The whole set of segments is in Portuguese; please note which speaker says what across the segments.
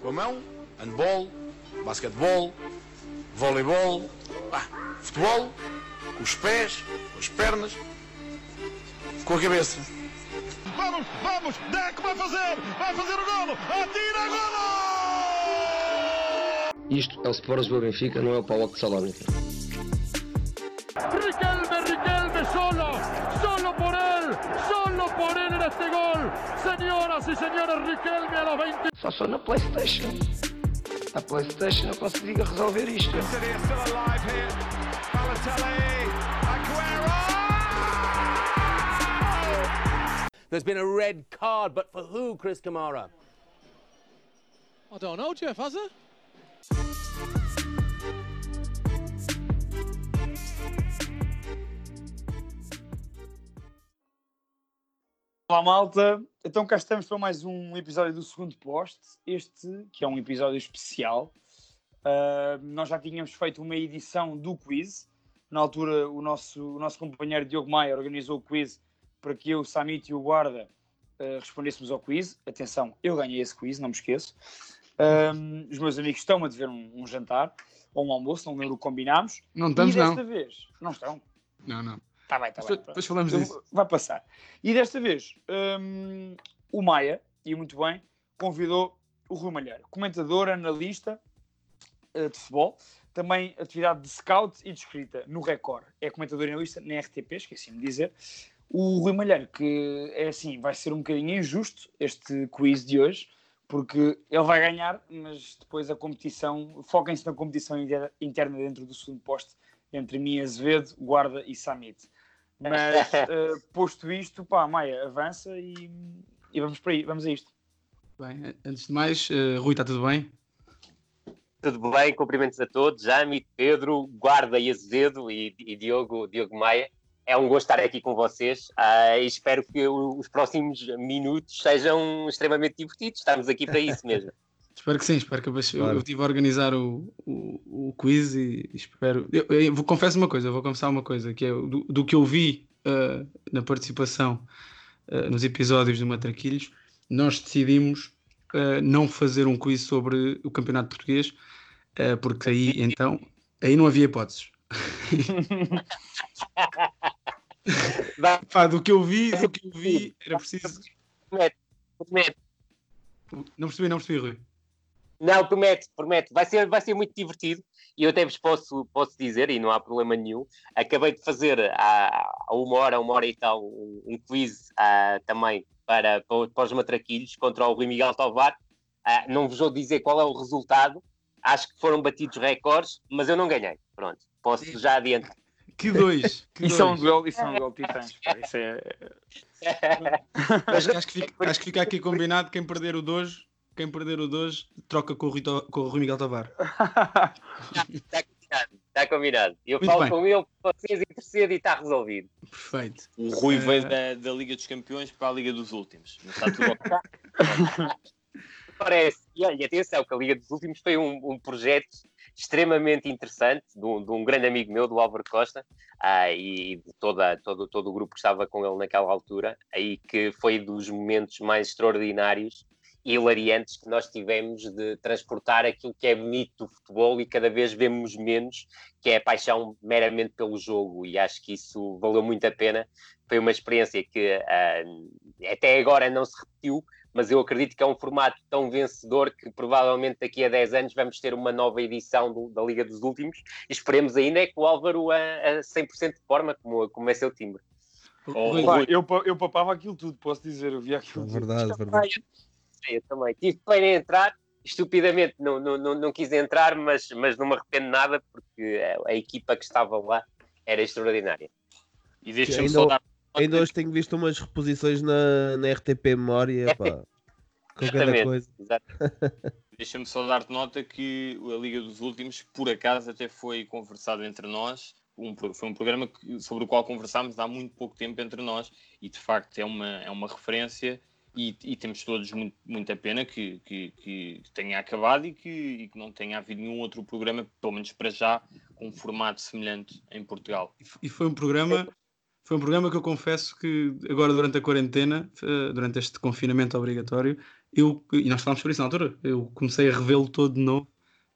Speaker 1: com a mão, é um? handball, basquetebol, voleibol, pá, futebol, com os pés, com as pernas, com a cabeça.
Speaker 2: Vamos, vamos, Deco vai fazer, vai fazer o golo, atira golo!
Speaker 3: Isto é o Sport Lisboa Benfica, não é o Paulo de Salónica.
Speaker 4: Riquelme, Riquelme, solo, solo por él, solo por él en este gol. Señoras y señores, Riquelme a los 20.
Speaker 5: Só sou na Playstation. Na Playstation eu consigo resolver isto.
Speaker 6: There's been a red card, but for who, Chris Kamara?
Speaker 7: I don't know, Jeff, has there?
Speaker 8: Olá malta, então cá estamos para mais um episódio do segundo poste, este que é um episódio especial. Uh, nós já tínhamos feito uma edição do quiz, na altura o nosso, o nosso companheiro Diogo Maia organizou o quiz para que eu, o Samit e o Guarda uh, respondêssemos ao quiz. Atenção, eu ganhei esse quiz, não me esqueço. Um, os meus amigos estão a dever um, um, jantar ou um almoço, não lembro o que combinámos.
Speaker 9: Não estamos,
Speaker 8: e desta
Speaker 9: não.
Speaker 8: vez, não estão.
Speaker 9: Não, não.
Speaker 8: Tá bem, tá bem.
Speaker 9: Depois falamos então, disso.
Speaker 8: Vai passar. E desta vez, um, o Maia, e muito bem, convidou o Rui Malheiro, comentador, analista uh, de futebol, também atividade de scout e de escrita no Record. É comentador e analista na RTP, esqueci-me de dizer. O Rui Malheiro, que é assim, vai ser um bocadinho injusto este quiz de hoje, porque ele vai ganhar, mas depois a competição, foquem-se na competição interna dentro do segundo poste entre mim, Azevedo, Guarda e Samit. Mas uh, posto isto, pá, Maia, avança e, e, vamos para aí, vamos a isto.
Speaker 9: Bem, antes de mais, uh, Rui, está tudo bem?
Speaker 10: Tudo bem, cumprimentos a todos, Jami, Pedro, Guarda e Azevedo e, e, Diogo, Diogo Maia. É um gosto estar aqui com vocês uh, e espero que os próximos minutos sejam extremamente divertidos. Estamos aqui para isso mesmo.
Speaker 9: Espero que sim, espero que eu, claro. eu estive a organizar o, o, o quiz e espero. Eu, eu, eu, confesso uma coisa, eu vou confessar uma coisa, que é do, do que eu vi uh, na participação uh, nos episódios do Matraquilhos, nós decidimos uh, não fazer um quiz sobre o campeonato português, eh, porque aí então aí não havia hipóteses. Pá, do que eu vi, do que eu vi, era preciso. Não percebi, não percebi, Rui.
Speaker 10: Não, promete, promete. Vai ser, vai ser muito divertido. E eu até vos posso, posso dizer, e não há problema nenhum, acabei de fazer há, há uma hora, uma hora e tal, um, um quiz uh, também para, para, para, os matraquilhos contra o Rui Miguel Tovar. Uh, não vos vou dizer qual é o resultado. Acho que foram batidos recordes, mas eu não ganhei. Pronto, posso já adiantar.
Speaker 9: Que dois! Que
Speaker 8: isso, dois. É um duelo, isso é um duelo titãs. Isso é...
Speaker 9: acho, acho, que fica, acho que fica aqui combinado quem perder o dois quem perder o 2 troca com o, Rui, com o Rui Miguel Tabar.
Speaker 10: está combinado, está combinado. Eu Muito falo bem. com ele, vocês intercedem e está resolvido.
Speaker 9: Perfeito.
Speaker 11: O Rui uh... veio da, da, Liga dos Campeões para a Liga dos Últimos. Mas está tudo
Speaker 10: Parece. E olha, atenção, que a Liga dos Últimos foi um, um projeto extremamente interessante de um, de um, grande amigo meu, do Álvaro Costa, ah, e de toda, todo, todo o grupo que estava com ele naquela altura, aí que foi dos momentos mais extraordinários hilariantes que nós tivemos de transportar aquilo que é bonito do futebol e cada vez vemos menos, que é a paixão meramente pelo jogo, e acho que isso valeu muito a pena. Foi uma experiência que uh, até agora não se repetiu, mas eu acredito que é um formato tão vencedor que provavelmente daqui a 10 anos vamos ter uma nova edição do, da Liga dos Últimos e esperemos ainda é que o Álvaro a, a 100% de forma, como, como é seu timbre.
Speaker 8: Oh,
Speaker 9: Um
Speaker 8: Rui, eu, eu papava aquilo tudo, posso dizer, eu via aquilo
Speaker 9: tudo. Verdade, verdade
Speaker 10: eu também. Tive para entrar, estupidamente não, não, não, não, quis entrar, mas, mas não me arrependo nada porque a, a equipa que estava lá era extraordinária.
Speaker 11: E deixa-me
Speaker 12: só dar. Ainda hoje tenho visto umas reposições na, na RTP Memória, é. pá. Qualquer coisa.
Speaker 11: deixa-me só dar-te nota que a Liga dos Últimos, por acaso, até foi conversado entre nós. Um, foi um programa que, sobre o qual conversámos há muito pouco tempo entre nós e de facto é uma, é uma referência e, e, temos todos muito, muita pena que, que, que tenha acabado e que, e que, não tenha havido nenhum outro programa, pelo menos para já, com um formato semelhante em Portugal.
Speaker 9: E foi um programa, foi um programa que eu confesso que agora durante a quarentena, durante este eh, confinamento obrigatório, eu, e nós falámos sobre isso na altura, eu comecei a revê-lo todo de novo,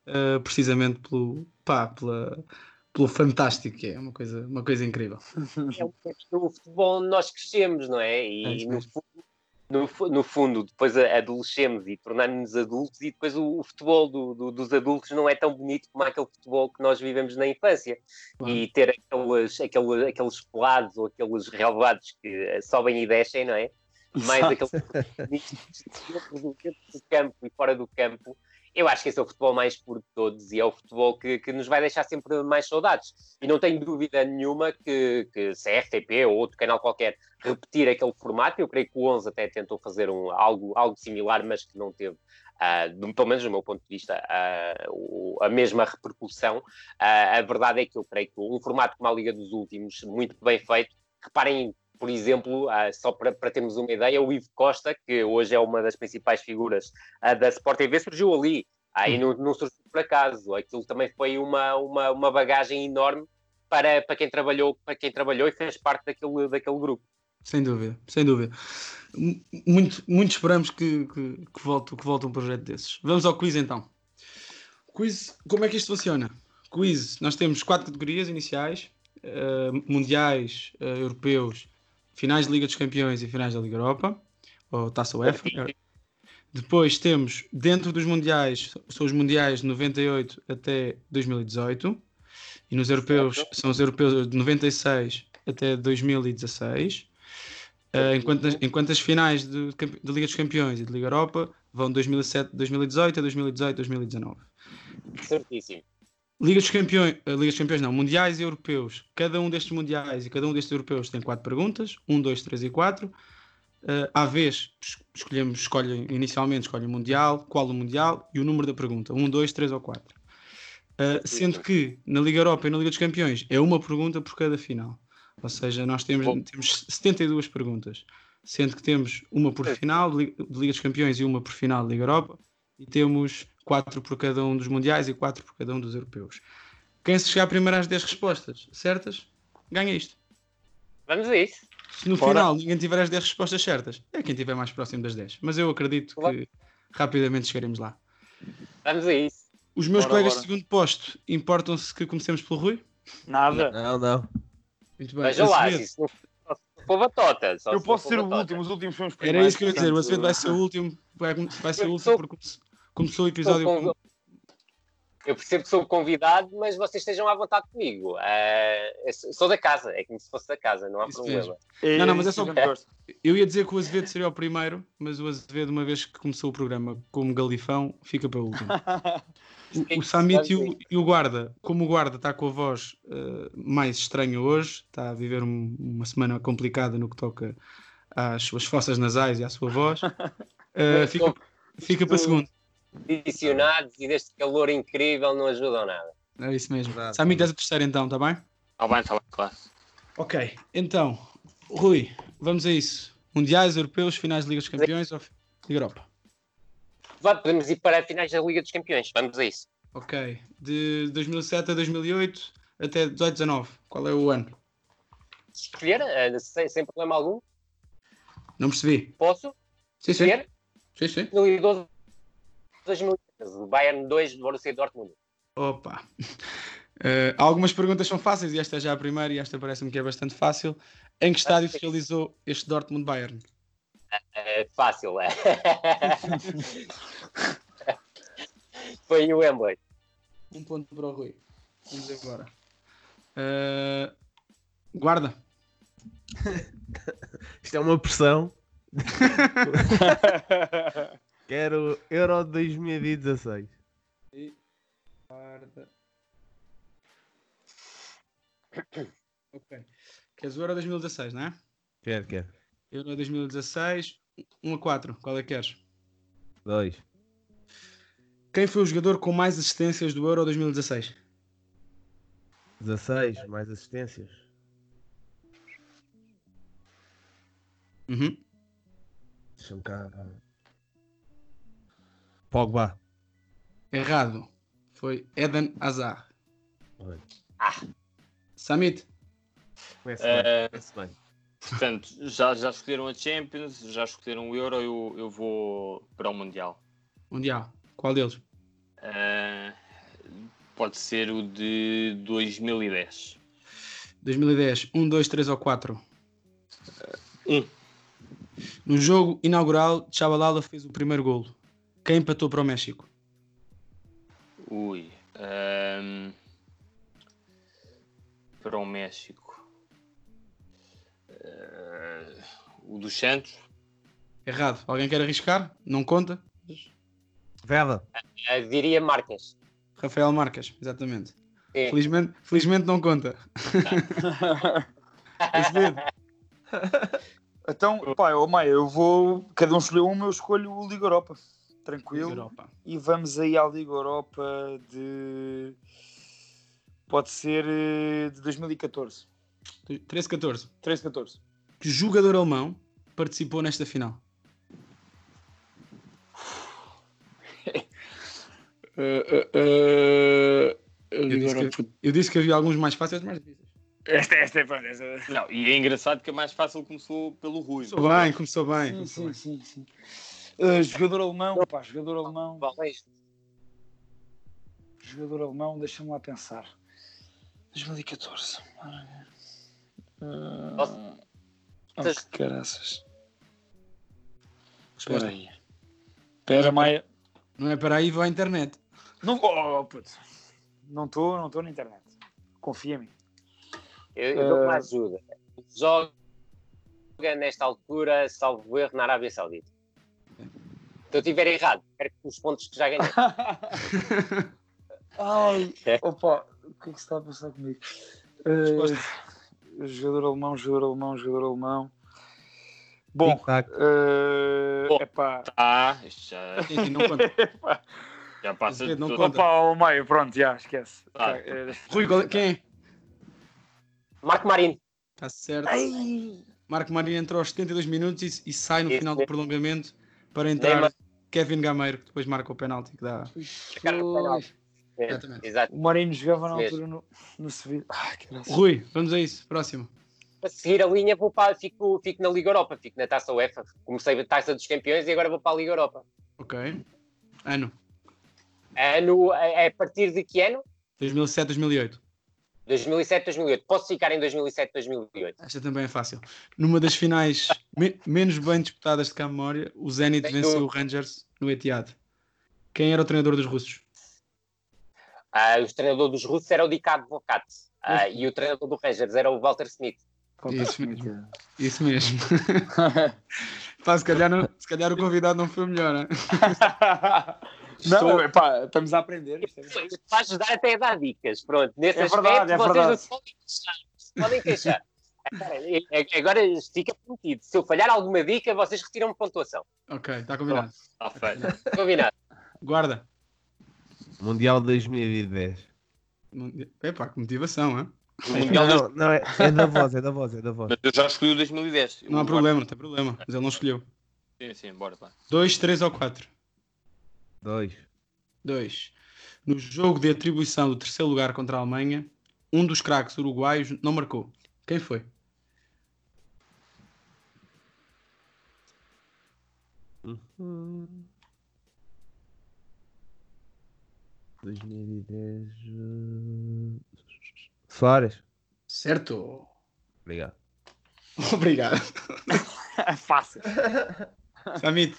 Speaker 9: eh, precisamente pelo, pá, pela, pelo fantástico que é, uma coisa, uma coisa incrível.
Speaker 10: É um pouco do futebol onde nós crescemos, não é?
Speaker 9: É
Speaker 10: E
Speaker 9: isso
Speaker 10: no
Speaker 9: mesmo.
Speaker 10: fundo, no, fu- no fundo, depois a- adolescemos e tornamos-nos adultos, e depois o, o futebol do- do- dos adultos não é tão bonito como aquele futebol que nós vivemos na infância. E ter aqueles, aquele, aqueles pelados ou aqueles relevados que eh, sobem e descem, não é? Mais aquele dentro do dentro do campo e fora do campo, eu acho que esse é o futebol mais puro de todos e é o futebol que, que nos vai deixar sempre mais saudades. E não tenho dúvida nenhuma que, que se a RTP ou outro canal qualquer repetir aquele formato, eu creio que o 11 até tentou fazer um, algo, algo similar, mas que não teve. ah, do- pelo menos do meu ponto de vista, ah, o- a mesma repercussão. Ah, a verdade é que eu creio que um formato como a Liga dos Últimos, muito bem feito, reparem por exemplo, ah, só para, para termos uma ideia, o Ivo Costa, que hoje é uma das principais figuras ah, da Sport TV, surgiu ali. Aí não, não surgiu por acaso. Aquilo também foi uma, uma, uma bagagem enorme para, para, quem trabalhou, para quem trabalhou e fez parte daquele, daquele grupo.
Speaker 9: Sem dúvida, sem dúvida. M- Muito, muito esperamos que, que, que, volte, que volte um projeto desses. Vamos ao quiz então. Quiz, como é que isto funciona? Quiz, nós temos quatro categorias iniciais: eh, mundiais, eh, europeus, finais de Liga dos Campeões e finais da Liga Europa, ou Taça UEFA. Depois temos, dentro dos mundiais, são os mundiais de 98 até 2018, e nos europeus, são os europeus de 96 até 2016. Uh, enquanto, nas- enquanto as finais de, campe- de Liga dos Campeões e de Liga Europa vão de 2007, 2018 a 2018, 2019.
Speaker 10: Certíssimo.
Speaker 9: Liga dos Campeões, uh, Liga dos Campeões não, Mundiais e Europeus. Cada um destes Mundiais e cada um destes Europeus tem quatro perguntas: 1, 2, 3 e 4. à vez, es- escolhemos, escolhem, inicialmente escolhem o Mundial, qual o Mundial e o número da pergunta: 1, 2, 3 ou 4. Uh, sendo que na Liga Europa e na Liga dos Campeões é uma pergunta por cada final. Ou seja, nós temos, temos 72 perguntas, sendo que temos uma por final de Li- de Liga dos Campeões e uma por final de Liga Europa, e temos quatro por cada um dos mundiais e quatro por cada um dos europeus. Quem se chegar primeiro às 10 respostas certas, ganha isto.
Speaker 10: Vamos a isso.
Speaker 9: Se no
Speaker 10: Bora.
Speaker 9: final ninguém tiver as 10 respostas certas, é quem estiver mais próximo das 10. Mas eu acredito que rapidamente chegaremos lá.
Speaker 10: Vamos a isso.
Speaker 9: Os meus
Speaker 10: Bora,
Speaker 9: colegas
Speaker 10: bora.
Speaker 9: de segundo posto importam-se que comecemos pelo Rui?
Speaker 8: Nada.
Speaker 12: Não, não.
Speaker 9: Muito bem.
Speaker 10: Veja lá,
Speaker 9: Azevedo.
Speaker 10: se isso não for batota.
Speaker 8: assim
Speaker 10: só
Speaker 8: é. Eu
Speaker 10: se
Speaker 8: posso
Speaker 10: for
Speaker 8: ser o
Speaker 10: batota.
Speaker 8: último, os últimos são os primeiros.
Speaker 9: Era isso que eu ia dizer. O
Speaker 8: portanto-
Speaker 9: Azevedo vai ser o último. Vai, vai ser o último porque come- começou o episódio
Speaker 10: Sou conv-
Speaker 9: com.
Speaker 10: Eu percebo que sou um convidado, mas vocês estejam à vontade comigo. Ah, eu sou sou da casa, é como se fosse da casa, não há problema.
Speaker 9: Não, não, mas é só. Eu ia dizer que o Azevedo seria o primeiro, mas o Azevedo, uma vez que começou o programa como galifão, fica para o último. O, o Samit e o, e o Guarda, como o Guarda está com a voz eh, mais estranha hoje, está a viver um- uma semana complicada no que toca às suas fossas nasais e à sua voz, eh, fica, fica para segundo.
Speaker 10: Condicionados e deste calor incrível não ajudam nada.
Speaker 9: É isso mesmo. Samit, és o terceiro então, está bem?
Speaker 11: Está Tá bem, está bem, claro.
Speaker 9: Ok, então, Rui, vamos a isso. Mundiais, europeus, finais de Liga dos Campeões ou Liga Europa?
Speaker 10: Vá, podemos ir para a finais da Liga dos Campeões, vamos a isso.
Speaker 9: Ok, de 2007 a 2008 até 18, 19. Qual é o ano?
Speaker 10: Escolher, ah, sem, sem problema algum,
Speaker 9: Não percebi.
Speaker 10: posso?
Speaker 9: Sim, sim.
Speaker 10: Escolher?
Speaker 9: Sim, sim.
Speaker 10: 2012, 2013, Bayern 2, Borussia Dortmund.
Speaker 9: Opa. Eh, algumas perguntas são fáceis e esta é já a primeira e esta parece-me que é bastante fácil. Em que estádio se realizou este Dortmund Bayern?
Speaker 10: É fácil, é. Foi o Wembley.
Speaker 9: Um ponto para o Rui. Vamos agora. Eh, guarda.
Speaker 12: Isto é uma pressão. Quero Euro 2016.
Speaker 9: Guarda. Ok. Queres o Euro 2016, não é?
Speaker 12: Quer, quer.
Speaker 9: Euro 2016, 1 a 4. Qual é que queres?
Speaker 12: Dois.
Speaker 9: Quem foi o jogador com mais assistências do Euro 2016?
Speaker 12: 16, mais assistências.
Speaker 9: Uhum.
Speaker 12: Deixa-me cá. Pogba.
Speaker 9: Errado. Foi Eden Hazard. Samit,
Speaker 12: Começa
Speaker 11: Eh, É.
Speaker 12: bem. começa bem.
Speaker 11: Portanto, já, já escolheram a Champions, já escolheram o Euro, eu, eu vou para o Mundial.
Speaker 9: Mundial. Qual deles?
Speaker 11: Ah, pode ser o de 2010.
Speaker 9: 2010. 1, 2, 3 um, ou 4?
Speaker 11: 1.
Speaker 9: No jogo inaugural, Chabalala fez o primeiro golo. Quem empatou para o México?
Speaker 11: Ui. ahm, para o México. Ah, o dos Santos.
Speaker 9: Errado. Alguém quer arriscar? Não conta?
Speaker 12: Vela.
Speaker 10: Ah, diria marcas.
Speaker 9: Rafael Marques, exatamente.
Speaker 10: É.
Speaker 9: Felizmente, felizmente não conta.
Speaker 8: então, pá, ô Maia, eu vou. Cada um escolheu uma, eu escolho o Liga Europa. Tranquilo.
Speaker 9: Liga Europa.
Speaker 8: E vamos aí à Liga Europa de. Pode ser eh, de 2014.
Speaker 9: 13, 14.
Speaker 8: 13, 14.
Speaker 9: Que jogador alemão participou nesta final? Eh, Eu um disse, que, eu disse que havia alguns mais fáceis, mas
Speaker 11: Esta, esta é para. Não, e é engraçado que a mais fácil começou pelo Rui.
Speaker 9: começou bem, começou bem.
Speaker 8: Sim,
Speaker 9: começou
Speaker 8: sim, sim. sim. Eh, jogador alemão, pá, jogador alemão. Jogador alemão, deixa-me lá pensar. 2014. Ah, oh, que caraças. Espera
Speaker 9: Resposta.
Speaker 8: aí. Espera, Maia.
Speaker 9: Não é para aí, vou à internet.
Speaker 8: Não oh, oh, puto. Não estou não tô na internet. Confia em mim.
Speaker 10: Eu, eu dou uma
Speaker 8: Eh,
Speaker 10: ajuda. Joga nesta altura, salvo erro, na Arábia Saudita. Se eu tiver errado, perco os pontos que já ganhei.
Speaker 8: Ai, opa, o que é que se está a passar comigo? Eh, jogador alemão, jogador alemão, jogador alemão. Bom,
Speaker 12: Tic-tac.
Speaker 8: eh, epá.
Speaker 11: Tá, isto já,
Speaker 9: Sim, sim, não conta.
Speaker 11: já passa de
Speaker 9: Não
Speaker 11: todo.
Speaker 9: conta.
Speaker 8: Opa, o meio, pronto, já, esquece.
Speaker 11: Ah.
Speaker 8: Ok, eh,
Speaker 9: Rui, qual é- quem é?
Speaker 10: Marco Marinho.
Speaker 9: Está Tá certo.
Speaker 8: Ai,
Speaker 9: Marco Marinho entrou aos 72 minutos e, e sai no
Speaker 10: Isso
Speaker 9: final do
Speaker 10: mesmo.
Speaker 9: prolongamento para entrar
Speaker 10: Neymar.
Speaker 9: Kevin Gameiro, que depois marca o penalti que dá.
Speaker 10: É,
Speaker 9: Exatamente.
Speaker 10: Exato.
Speaker 8: o Marinho jogava na
Speaker 10: Mesmo.
Speaker 8: altura no, no Sevilla. Ai, que graça.
Speaker 9: Rui, vamos a isso. Próximo.
Speaker 10: Para seguir a linha, vou para, fico, fico na Liga Europa, fico na Taça UEFA. Comecei a Taça dos Campeões e agora vou para a Liga Europa.
Speaker 9: Ok. Ano.
Speaker 10: Ano, é a partir de que ano?
Speaker 9: 2007, 2008.
Speaker 10: 2007, 2008. Posso ficar em 2007, 2008.
Speaker 9: Esta também é fácil. Numa das finais me- menos bem disputadas de cá a memória, o Zenit
Speaker 10: Sem
Speaker 9: venceu
Speaker 10: dúvida.
Speaker 9: o Rangers no Etihad. Quem era o treinador dos russos?
Speaker 10: Ah, o treinador dos russos era o Dicado Vocat. Ah, e o treinador do Rangers era o Walter Smith.
Speaker 9: Isso mesmo. Isso mesmo. Pá, se, calhar não- se calhar o convidado não foi o melhor. Hein?
Speaker 8: Não, epá, estamos a aprender. isto é verdade.
Speaker 10: Para ajudar até a dar dicas. Pronto, nesse
Speaker 8: É
Speaker 10: aspecto
Speaker 8: verdade, é
Speaker 10: vocês não
Speaker 8: verdade.
Speaker 10: se podem queixar. não se Podem queixar. É, Agora, Agora fica prometido. Se eu falhar alguma dica, vocês retiram-me pontuação.
Speaker 9: Ok, está combinado.
Speaker 11: Está feito.
Speaker 10: Combinado.
Speaker 9: Guarda.
Speaker 12: Mundial 2010.
Speaker 9: Epá, que motivação, hein?
Speaker 11: O Mundial dois-
Speaker 12: não, não, é, é da voz, é da voz, é da voz.
Speaker 11: Mas eu já escolhi o 2010.
Speaker 9: Não há
Speaker 11: O-
Speaker 9: problema, não tem problema. Mas ele não escolheu.
Speaker 11: Sim, sim, bora lá.
Speaker 9: 2, 3 ou 4?
Speaker 12: Dois.
Speaker 9: 2. No jogo de atribuição do terceiro lugar contra a Alemanha, um dos craques uruguaios não marcou. Quem foi?
Speaker 12: Uhum. 2010. uh, Soares.
Speaker 9: Certo.
Speaker 12: Obrigado.
Speaker 9: Obrigado.
Speaker 8: É fácil.
Speaker 9: Samit.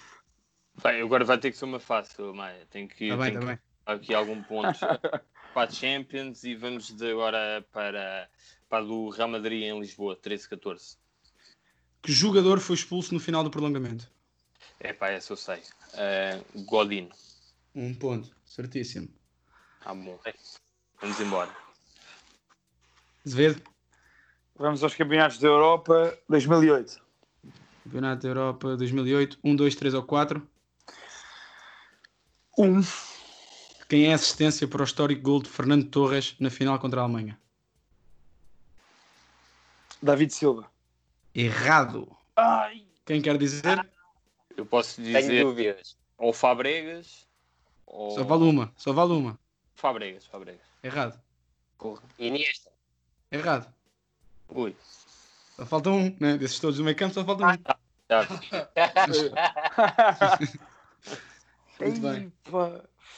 Speaker 11: Bem, agora vai ter que ser uma fácil, Maia. Tem que,
Speaker 9: Está tá bem,
Speaker 11: tem
Speaker 9: está
Speaker 11: que
Speaker 9: bem.
Speaker 11: dar aqui algum ponto para a Champions e vamos de agora para, para a do Real Madrid em Lisboa, 13-14.
Speaker 9: Que jogador foi expulso no final do prolongamento?
Speaker 11: É pá, essa eu sei. Ah, Godin.
Speaker 9: Um ponto. Certíssimo.
Speaker 11: Ah, bom. Vamos embora.
Speaker 9: Zvedo.
Speaker 8: Vamos aos campeonatos da Europa 2008.
Speaker 9: Campeonato da Europa 2008. 1, 2, 3 um, ou 4.
Speaker 8: Um.
Speaker 9: Quem é assistência para o histórico gol de Fernando Torres na final contra a Alemanha?
Speaker 8: David Silva.
Speaker 9: Errado.
Speaker 8: Ai,
Speaker 9: Quem quer dizer?
Speaker 11: Eu posso
Speaker 10: Tenho
Speaker 11: dizer
Speaker 10: dúvidas.
Speaker 11: ou Fabregas ou.
Speaker 9: Só
Speaker 8: Oh.
Speaker 9: vale uma. Só vale uma.
Speaker 11: Fabregas, Fabregas.
Speaker 9: Errado.
Speaker 11: Corra.
Speaker 10: Iniesta.
Speaker 9: Errado.
Speaker 11: Ui.
Speaker 9: Só falta um, né? Desses todos do meio campo, só falta um. Muito bem.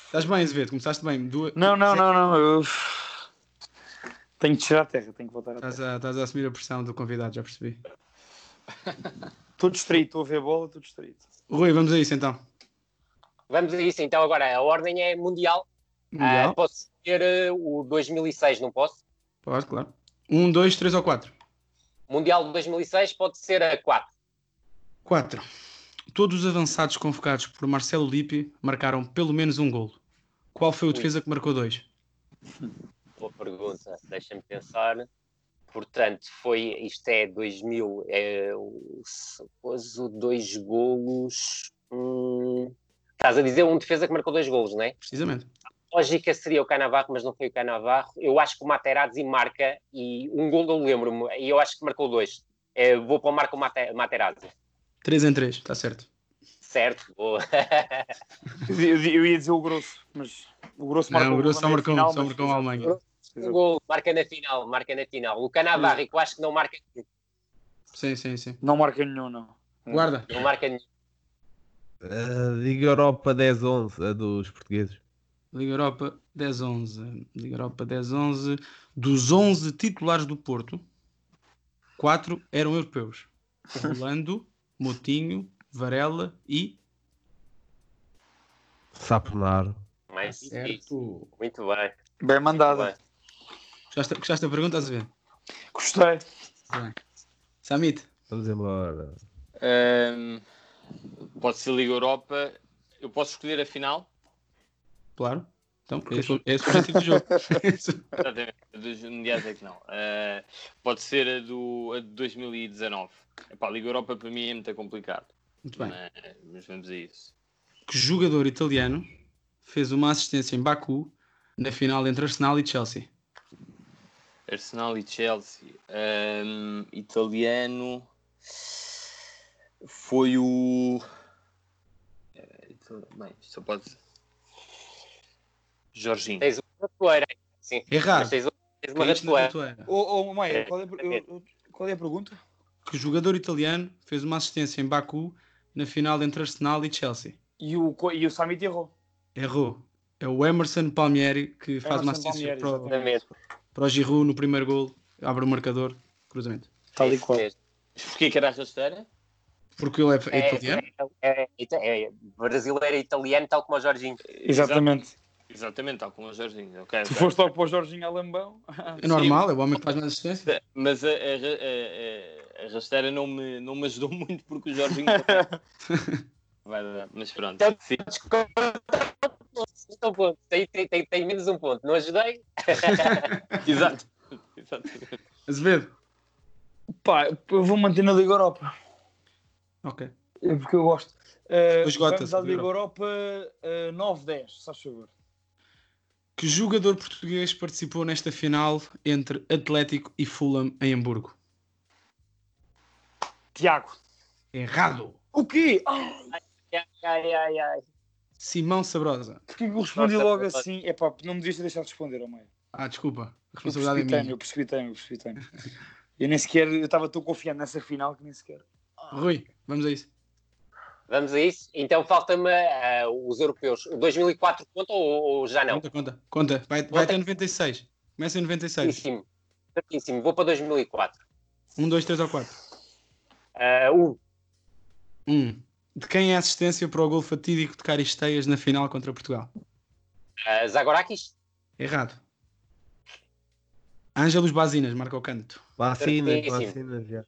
Speaker 9: Estás bem, Azevedo? Começaste bem. Duas...
Speaker 8: Não, não, não, não. Eu... Tenho que tirar a terra, tenho que voltar a terra.
Speaker 9: Estás a, estás a assumir a pressão do convidado, já percebi.
Speaker 8: Estou distraído, estou a ver a bola, estou distraído.
Speaker 9: Rui, vamos a isso então.
Speaker 10: Vamos a isso então agora. A ordem é mundial.
Speaker 9: Mundial.
Speaker 10: Ah, posso ter o 2006, não posso?
Speaker 9: Pode, claro. Um, dois, três ou quatro?
Speaker 10: Mundial de 2006 pode ser a 4.
Speaker 9: Quatro. Todos os avançados convocados por Marcelo Lippe marcaram pelo menos um golo. Qual foi o defesa que marcou dois?
Speaker 10: Boa pergunta, deixa-me pensar. Portanto, foi, isto é 2000, é, o- suposo dois golos. hum, estás a dizer um defesa que marcou dois golos, não é?
Speaker 9: Precisamente.
Speaker 10: Lógica seria o Canavarro, mas não foi o Canavarro. Eu acho que o Materazzi marca e um golo eu lembro-me, e eu acho que marcou dois. É, vou para o Marco Mate- Materazzi.
Speaker 9: Três em três, está certo.
Speaker 10: Certo, boa.
Speaker 8: Eu, eu ia dizer o grosso, mas o grosso marcou
Speaker 9: não, o Grosso só
Speaker 8: na
Speaker 9: marcou, um,
Speaker 8: final,
Speaker 9: só
Speaker 8: mas-
Speaker 9: marcou a Alemanha.
Speaker 10: Um gol, marca na final, marca na final. O Canavarro, que eu acho que não marca,
Speaker 9: Sim, sim, sim.
Speaker 8: Não marca nenhum, não.
Speaker 9: Guarda.
Speaker 10: não marca nenhum.
Speaker 12: Ah, Liga Europa 10-11, a dos portugueses.
Speaker 9: Liga Europa 10-11. Liga Europa 10-11. Dos 11 titulares do Porto, 4 eram europeus. Rolando, Motinho, Varela e...
Speaker 12: Saponaro.
Speaker 10: Mais
Speaker 9: certo.
Speaker 10: Muito bem.
Speaker 8: Bem mandada.
Speaker 9: Gostaste, gostaste da pergunta, Azevedo?
Speaker 8: Gostei.
Speaker 9: Bem. Samit.
Speaker 12: Vamos embora.
Speaker 11: Ahm, Ah, pode ser Liga Europa. Eu posso escolher a final?
Speaker 9: Claro. Então, esse é esse o objetivo do jogo.
Speaker 11: Exatamente. A Dos mundiais é que não. Ah, pode ser a, do, a de 2019. Epá, a Liga Europa para mim é muito complicado.
Speaker 9: Muito bem.
Speaker 11: Mas, mas vamos a isso.
Speaker 9: que jogador italiano fez uma assistência em Baku na final entre Arsenal e Chelsea?
Speaker 11: Arsenal e Chelsea. Ahm, italiano. Foi o. Eh, ita- Bem, só pode. Jorginho.
Speaker 10: Tens uma ratoeira. aí, Sim.
Speaker 9: Errado.
Speaker 10: Mas Tens uma- tens uma é.
Speaker 9: Caíste na
Speaker 10: ratoeira.
Speaker 9: tatueira.
Speaker 8: Ô, ô Maia, qual é, eu- qual é a pergunta?
Speaker 9: Que jogador italiano fez uma assistência em Baku na final entre Arsenal e Chelsea?
Speaker 8: E o, co- e o Samit errou.
Speaker 9: Errou. É o Emerson Palmieri que faz uma
Speaker 8: Emerson
Speaker 9: assistência
Speaker 8: Palmieri,
Speaker 9: para, o-
Speaker 10: Exatamente.
Speaker 9: para o Giroud no primeiro gol, abre o marcador, cruzamento.
Speaker 8: Tal e qual.
Speaker 11: Mas Porquê que era a rasteira?
Speaker 9: Porque ele é, é italiano?
Speaker 10: é- é- é brasileiro, é italiano, tal como o Jorginho.
Speaker 8: Exatamente.
Speaker 11: Exatamente, tal como o Jorginho. ok,
Speaker 8: Tu
Speaker 11: ok.
Speaker 8: foste logo para o Jorginho Alambão.
Speaker 9: É normal, é o homem que faz mais assistência.
Speaker 11: Mas a, a, a- a- a rasteira não me, não me ajudou muito porque o Jorginho. Vai dar, mas pronto.
Speaker 8: Tá
Speaker 11: Sim.
Speaker 10: Então, ponto. Tem, tem, tem, tem menos um ponto. Não ajudei?
Speaker 11: Exato. Exatamente.
Speaker 9: Azevedo.
Speaker 8: Pá, eu vou manter na Liga Europa.
Speaker 9: Ok.
Speaker 8: É porque eu gosto. Uh,
Speaker 9: Pois gota-se
Speaker 8: vamos à
Speaker 9: da
Speaker 8: Liga Europa uh, 9-10, se faz favor.
Speaker 9: Que jogador português participou nesta final entre Atlético e Fulham em Hamburgo?
Speaker 8: Tiago.
Speaker 9: Errado.
Speaker 8: O quê? Ah,
Speaker 10: Ai, ai, ai, ai.
Speaker 9: Simão Sabrosa.
Speaker 8: Porquê que eu respondi
Speaker 10: Nossa,
Speaker 8: logo
Speaker 10: nossa.
Speaker 8: assim? É pá, não me devias ter deixado responder, oh Maia.
Speaker 9: Ah, desculpa. A
Speaker 8: Eu
Speaker 9: responsabilidade é minha.
Speaker 8: precipitei-me, eu precipitei-me, eu precipitei-me. Eu nem sequer, eu estava tão confiante nessa final que nem sequer.
Speaker 9: Rui, vamos a isso.
Speaker 10: Vamos a isso? Então falta-me ah, os europeus. O 2004 conta ou, ou já não?
Speaker 9: Conta, conta, conta. Vai, vai até 96. Começa em 96.
Speaker 10: Certíssimo. Certíssimo. Vou para 2004.
Speaker 9: 1, 2, 3 Um, ou 4.
Speaker 10: Ah, um.
Speaker 9: 1. De quem é a assistência para o gol fatídico de Caristeias na final contra Portugal?
Speaker 10: Ah, Zagorakis?
Speaker 9: Errado. Ângelos Basinas marca o canto.
Speaker 12: Vacinas,
Speaker 10: Certíssimo.
Speaker 12: vacinas já.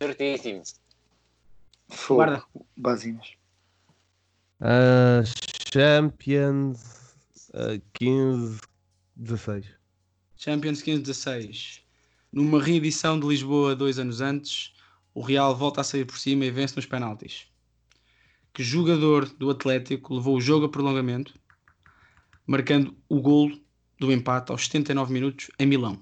Speaker 10: Certíssimo.
Speaker 9: Guarda.
Speaker 8: Basinhas.
Speaker 12: Ah, Champions ah, 15, 16.
Speaker 9: Champions 15-16. Numa reedição de Lisboa dois anos antes, o Real volta a sair por cima e vence nos penaltis. Que jogador do Atlético levou o jogo a prolongamento, marcando o golo do empate aos 79 minutos em Milão?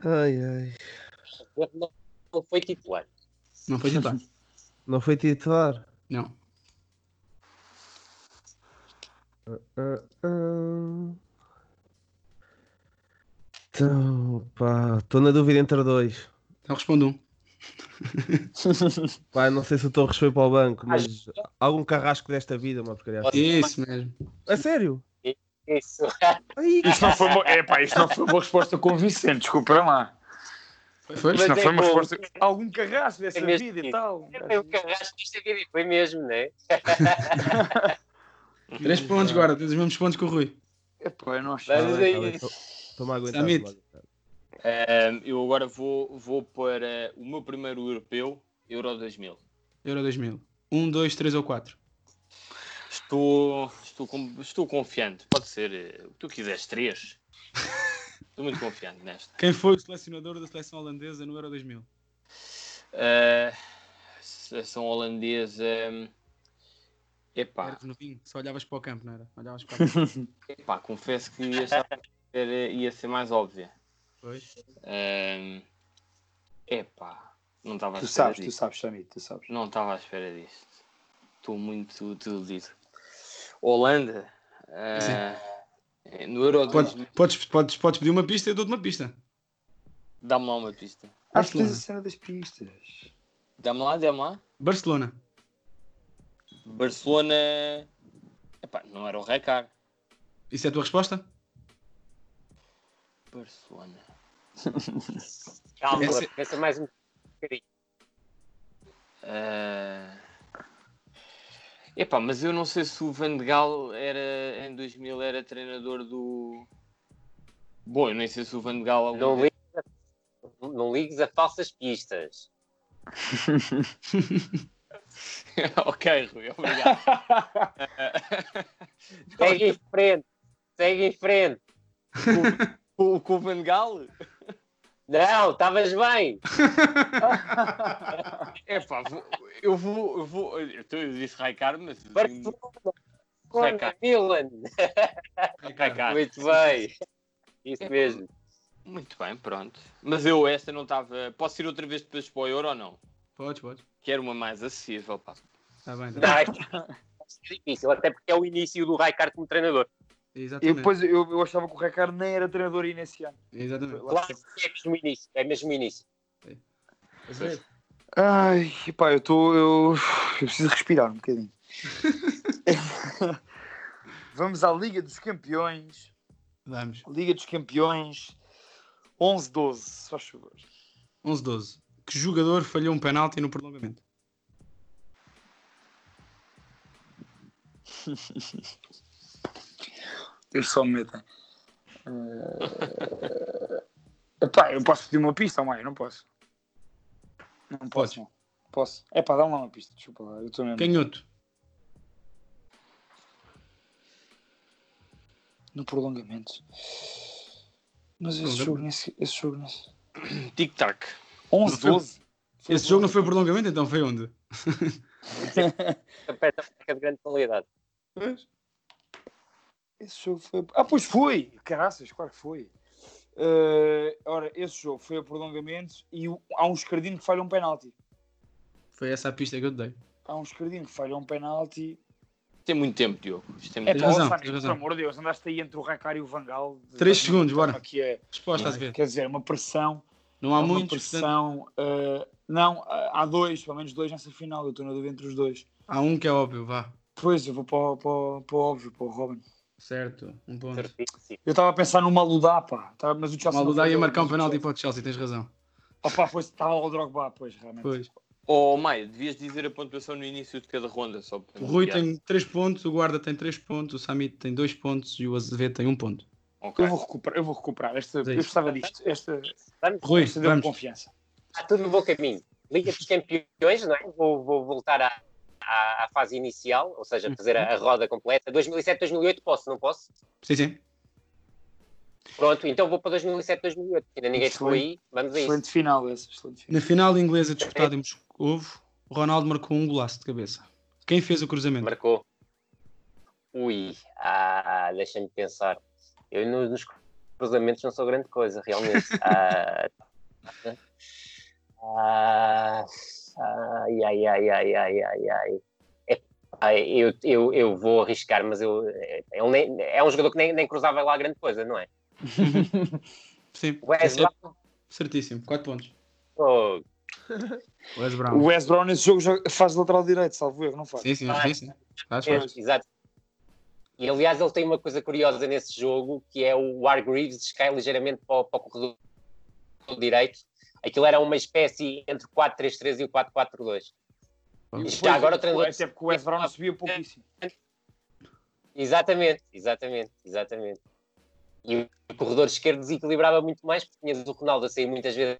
Speaker 12: Ai, ai.
Speaker 10: Não, não foi titular.
Speaker 9: Não foi titular?
Speaker 12: Não foi titular?
Speaker 9: Não.
Speaker 12: Ah, ah. Então, pá, estou na dúvida entre dois.
Speaker 9: Então respondo um.
Speaker 12: Pá, não sei se o Torres foi para o banco, mas algum carrasco desta vida, uma porcaria.
Speaker 9: Isso mesmo.
Speaker 12: A sério?
Speaker 10: Isso.
Speaker 8: Isso não foi, uma- epá, isso não foi uma resposta convincente, desculpa lá.
Speaker 9: Foi?
Speaker 8: Isso não foi uma
Speaker 10: é bom.
Speaker 8: resposta. Algum carrasco dessa
Speaker 10: É mesmo
Speaker 8: vida e
Speaker 10: isso.
Speaker 8: tal.
Speaker 10: É o carrasco desta vida e foi mesmo, não é?
Speaker 9: Três pontos agora, tens os mesmos pontos que o Rui.
Speaker 8: Epá, eu não acho.
Speaker 12: tá
Speaker 11: Mas é isso.
Speaker 12: Estou-me a aguentar.
Speaker 9: Samit.
Speaker 12: estou-me a aguentar.
Speaker 11: Ahm, eu agora vou, vou para o meu primeiro europeu, Euro 2000.
Speaker 9: Euro 2000. Um, dois, três ou quatro.
Speaker 11: Estou, estou, com- estou confiante. Pode ser eh, o que tu quiseres, três. estou muito confiante nesta.
Speaker 9: Quem foi o selecionador da seleção holandesa no Euro 2000?
Speaker 11: Ah, seleção holandesa. hum, Epá,
Speaker 9: Eras novinho, só olhavas para o campo, não era? Olhavas para o campo.
Speaker 11: epá, confesso que achava que era- eh, ia ser mais óbvia.
Speaker 9: Pois.
Speaker 11: Hum, epá, não estava à
Speaker 8: Tu
Speaker 11: espera
Speaker 8: sabes, tu
Speaker 11: disto.
Speaker 8: sabes, Samit, tu sabes.
Speaker 11: Não estava à espera disto. Estou muito desiludido. Holanda. ah, no Euro
Speaker 9: Assim, Podes,
Speaker 8: É.
Speaker 11: 2000,
Speaker 9: podes, podes, podes pedir uma pista, eu dou-te uma pista.
Speaker 11: dá-me lá uma pista.
Speaker 8: Acho que
Speaker 9: Barcelona.
Speaker 8: tens a cena das pistas.
Speaker 11: Dá-me lá, dá-me lá.
Speaker 9: Barcelona.
Speaker 11: Barcelona. Epá, não era o Recar.
Speaker 9: Isso é a tua resposta?
Speaker 11: Barcelona.
Speaker 10: Calma,
Speaker 9: Essa- é-
Speaker 10: pensa mais um bocadinho.
Speaker 11: Ah, Epá, mas eu não sei se o Van de Gaal era, em 2000 era treinador do. Bom, eu nem sei se o Van de Gaal algum
Speaker 10: Não
Speaker 11: dia-
Speaker 10: ligues, a, não ligues a falsas pistas.
Speaker 11: ok, Rui, obrigado. Ah,
Speaker 10: Segue em frente. Segue em frente.
Speaker 11: o, o, o Van de Gaal?
Speaker 10: Não, estavas bem.
Speaker 11: Epá, vou- eu vou. Eu, vou, eu, tô- eu disse Raikar, mas.
Speaker 10: Barcelona.
Speaker 11: Recar.
Speaker 10: Barcelona, Milan.
Speaker 11: Raikar.
Speaker 10: Muito bem. Isso mesmo.
Speaker 11: Muito bem, pronto. Mas eu esta não estava. Posso ir outra vez depois para o Euro ou não?
Speaker 9: Podes, podes.
Speaker 11: Quero uma mais acessível, pá.
Speaker 9: Está bem, está bem.
Speaker 10: Não, é difícil, até porque é o início do Raikar como treinador.
Speaker 8: Eu
Speaker 9: Exatamente.
Speaker 8: depois eu, eu achava que o Recar nem era treinador aí nesse ano.
Speaker 9: Exatamente.
Speaker 10: Claro que é mesmo início. É mesmo início.
Speaker 8: Ai, pá, eu estou. Eu, eu preciso respirar um bocadinho. Vamos à Liga dos Campeões.
Speaker 9: Vamos.
Speaker 8: Liga dos Campeões 11-12, se faz favor.
Speaker 9: 11-12. Que jogador falhou um penalti no prolongamento?
Speaker 8: Eu só me meto. Eh, Epá, eu posso pedir uma pista, Maio? Não posso. Não posso. não. Posso. É pá, dá-me lá uma pista, desculpa lá. Eu estou mesmo.
Speaker 9: Canhoto.
Speaker 8: No prolongamento. Mas esse jogo nem se- Esse jogo nem se-
Speaker 11: Tic-tac.
Speaker 8: 11, 12.
Speaker 9: Esse jogo não foi prolongamento, então foi onde?
Speaker 10: Campeonato da América de grande qualidade.
Speaker 8: Esse jogo foi. Ah, pois foi! Caraças, claro que foi. Eh, ora, esse jogo foi a prolongamento e o- há um escardinho que falha um penalti.
Speaker 9: Foi essa a pista que eu te dei.
Speaker 8: Há um escardinho que falha um penalti.
Speaker 11: Tem é muito tempo, Diogo. Isto tem
Speaker 8: É
Speaker 11: muito
Speaker 9: Tens
Speaker 8: pá,
Speaker 9: razão,
Speaker 8: Sani,
Speaker 9: tens
Speaker 8: pelo
Speaker 9: razão.
Speaker 8: amor de Deus, andaste aí entre o Racar e o Vangal.
Speaker 9: Três segundos, bora.
Speaker 8: Que é,
Speaker 9: Resposta, estás a ver?
Speaker 8: quer dizer, uma pressão.
Speaker 9: Não há
Speaker 8: uma
Speaker 9: muitos, portanto,
Speaker 8: pressão. eh, não, há há dois, pelo menos dois nessa final. Eu estou na dúvida entre os dois.
Speaker 9: há um que é óbvio, vá.
Speaker 8: Pois, eu vou para, o- para, o- para o óbvio, para o Robin.
Speaker 9: Certo, um ponto.
Speaker 10: Certíssimo.
Speaker 8: Eu estava a pensar no Maludá, pá. Tava- mas o Chelsea
Speaker 9: O Aludá
Speaker 8: não
Speaker 9: ia
Speaker 8: falhou,
Speaker 9: marcar um
Speaker 8: mas o
Speaker 9: penalti para o Chelsea, tens razão.
Speaker 8: Opa, pois estava o Drogba, pois, realmente.
Speaker 9: Pois.
Speaker 11: Oh, Maia, devias dizer a pontuação no início de cada ronda. Só para
Speaker 9: O Rui
Speaker 11: piada.
Speaker 9: tem 3 pontos, o Guarda tem 3 pontos, o Samit tem 2 pontos e o Azevedo tem 1 um ponto.
Speaker 11: Ok.
Speaker 8: Eu vou recuperar, eu vou recuperar. Esta, eu
Speaker 9: Sim.
Speaker 8: gostava disto. Esta,
Speaker 10: Vamos,
Speaker 9: Rui,
Speaker 8: esta deu-me
Speaker 9: vamos.
Speaker 8: confiança.
Speaker 10: está tudo no bom caminho. Liga dos Campeões, não é? Vou, vou voltar à, à, à fase inicial, ou seja, fazer a, a roda completa. 2007, 2008 posso, não posso?
Speaker 9: Sim, sim.
Speaker 10: Pronto, então vou para 2007, 2008. Ainda ninguém chegou aí, vamos a isso.
Speaker 8: Excelente final essa. Excelente final.
Speaker 9: Na final inglesa disputada em Moscovo, o Ronaldo marcou um golaço de cabeça. Quem fez o cruzamento?
Speaker 10: Marcou. Ui, ah, deixa-me pensar. Eu no- nos cruzamentos não sou grande coisa, realmente. Ah, ah, ai, ai, ai, ai, ai, ai, ai. Epá, eu, eu, eu vou arriscar, é? mas eu, ele nem- é um jogador que nem, nem cruzava lá grande coisa, não é?
Speaker 9: Sim.
Speaker 10: Wes
Speaker 9: Certo. Certíssimo, 4 pontos.
Speaker 10: Oh,
Speaker 9: Wes Brown.
Speaker 8: O Wes Brown nesse jogo joga- faz lateral direito, salvo erro, não faz?
Speaker 9: Sim, sim, sim, sim. Faz,
Speaker 10: é,
Speaker 9: faz.
Speaker 10: exato. E aliás, ele tem uma coisa curiosa nesse jogo que é o Hargreaves descai ligeiramente para, o- para o corredor direito. Aquilo era uma espécie entre o 4-3-3 e o 4-4-2.
Speaker 8: E depois,
Speaker 10: Já agora o treinador-
Speaker 8: Até é, porque o Wes Brown subia pouquíssimo.
Speaker 10: Exatamente, exatamente, exatamente. E o corredor esquerdo desequilibrava muito mais, porque tinhas o Ronaldo a sair muitas vezes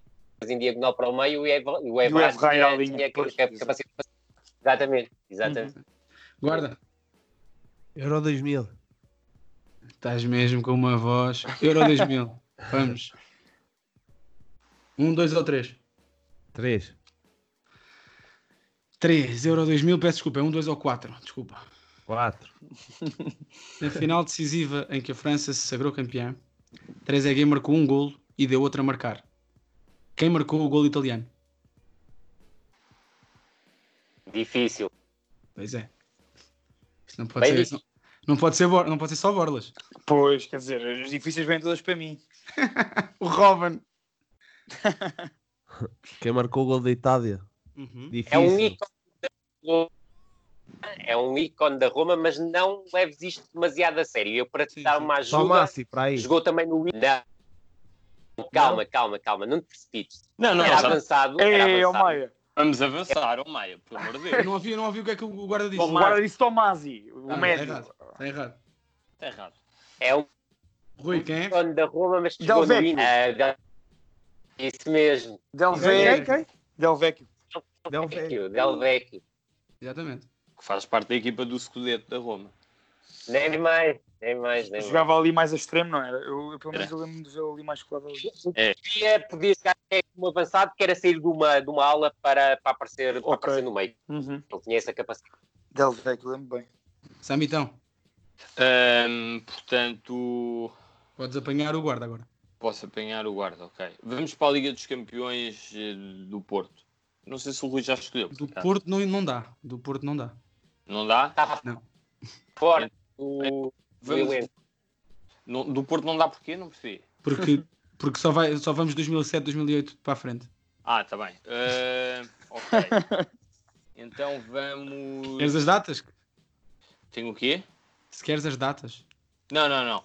Speaker 10: em diagonal para o meio e o Eva- e o Evra
Speaker 8: Evra ir à
Speaker 10: tinha-
Speaker 8: linha,
Speaker 10: tinha aquela
Speaker 8: pois,
Speaker 10: cap- capacidade. Exatamente, exatamente.
Speaker 9: Guarda.
Speaker 12: Euro 2000.
Speaker 9: Estás mesmo com uma voz. Euro 2000. Vamos. Um, dois ou três?
Speaker 12: 3.
Speaker 9: 3, Euro 2000, peço desculpa, é 1, 2 ou 4, desculpa.
Speaker 12: 4.
Speaker 9: Na final decisiva em que a França se sagrou campeã, Trezeguet marcou um golo e deu outro a marcar. Quem marcou o golo italiano?
Speaker 8: Uhum.
Speaker 10: Difícil.
Speaker 9: Pois é. Isto não pode,
Speaker 10: Bem
Speaker 9: ser,
Speaker 10: dito.
Speaker 9: não, não pode ser, bor- não pode ser só Borlas.
Speaker 8: Pois, quer dizer, as difíceis vêm todas para mim.
Speaker 9: O Robin.
Speaker 12: Quem marcou o gol da Itália?
Speaker 10: É
Speaker 12: Difícil.
Speaker 10: um ícone da Roma, é um ícone da Roma, mas não leves isto demasiado a sério. Eu, para te dar uma ajuda,
Speaker 12: Tomassi, para aí.
Speaker 10: jogou também no Não. Calma, calma, calma, não te precipites.
Speaker 11: Não, não,
Speaker 10: era
Speaker 11: já-
Speaker 10: avançado.
Speaker 8: É,
Speaker 10: era avançado.
Speaker 11: Vamos avançar, ó Maia, pelo amor de Deus.
Speaker 9: Não ouvi, não ouvi o que é que o guarda disse.
Speaker 8: O guarda disse Tomasi, o médio.
Speaker 9: Está errado. Está errado.
Speaker 11: Está errado.
Speaker 10: É um
Speaker 9: Rui, quem é?
Speaker 10: ícone da Roma, mas que
Speaker 8: Del
Speaker 10: jogou no
Speaker 8: Vecchio.
Speaker 10: Inter. Ah, Del- Isso mesmo.
Speaker 8: Del
Speaker 10: Quem,
Speaker 8: Vecchio. Del Vecchio.
Speaker 12: Del
Speaker 10: Vecchio, Del Vecchio.
Speaker 9: Exatamente.
Speaker 11: Que faz parte da equipa do Scudetto da Roma.
Speaker 10: Nem mais, nem mais, nem mais.
Speaker 8: Jogava ali mais a extremo, não era? Eu, eu, pelo menos eu lembro-me de vê-lo ali mais colado ali.
Speaker 11: É.
Speaker 10: Podia, podia chegar até como avançado, que era sair de uma, de uma ala para, para, aparecer, para aparecer no meio.
Speaker 8: Uhum.
Speaker 10: Ele tinha essa capacidade.
Speaker 8: Del Vecchio, lembro bem.
Speaker 9: Samitão,
Speaker 11: Ahm, portanto,
Speaker 9: podes apanhar o guarda agora.
Speaker 11: posso apanhar o guarda, ok. Vamos para a Liga dos Campeões eh, do Porto. Não sei se o Rui já escolheu.
Speaker 9: Do
Speaker 8: Tá.
Speaker 9: Porto não, não dá. Do Porto não dá.
Speaker 11: Não dá?
Speaker 9: Não.
Speaker 10: Fora do, do
Speaker 11: Vamos-
Speaker 10: elenco.
Speaker 11: Não- do Porto não dá porquê? Não percebi.
Speaker 9: Porque, porque só, vai, só vamos 2007, 2008 para a frente.
Speaker 11: Ah, está bem. Ahm, ok. Então vamos.
Speaker 9: Queres as datas?
Speaker 11: Tenho o quê?
Speaker 9: Se queres as datas.
Speaker 11: Não, não, não.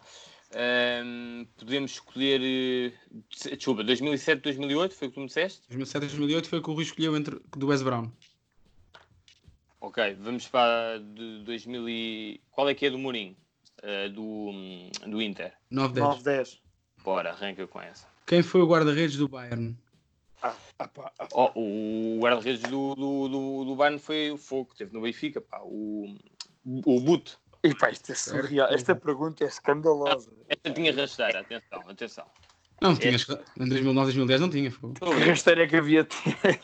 Speaker 11: Ahm, podemos escolher. eh, des- Desculpa, 2007, 2008 foi o que tu me disseste?
Speaker 9: 2007, 2008 foi o que o Rui escolheu entre, do Wes Brown.
Speaker 11: Ok, vamos para a de 2000. E... Qual é que é do Mourinho? Eh, do, hum, do Inter.
Speaker 9: 9, 10.
Speaker 8: 9, 10.
Speaker 11: Bora, arranca com essa.
Speaker 9: Quem foi o guarda-redes do Bayern?
Speaker 11: Ó, Oh, o guarda-redes do, do, do, do Bayern foi o fogo que teve no Benfica, pá. O, o Buto.
Speaker 8: E pá, isto é surreal. Esta pergunta é escandalosa.
Speaker 11: Esta tinha rasteira, atenção, atenção.
Speaker 9: Não, tinhas. Em 2009, 2010 não tinha. Fogo.
Speaker 8: Que rasteira é que havia de ter?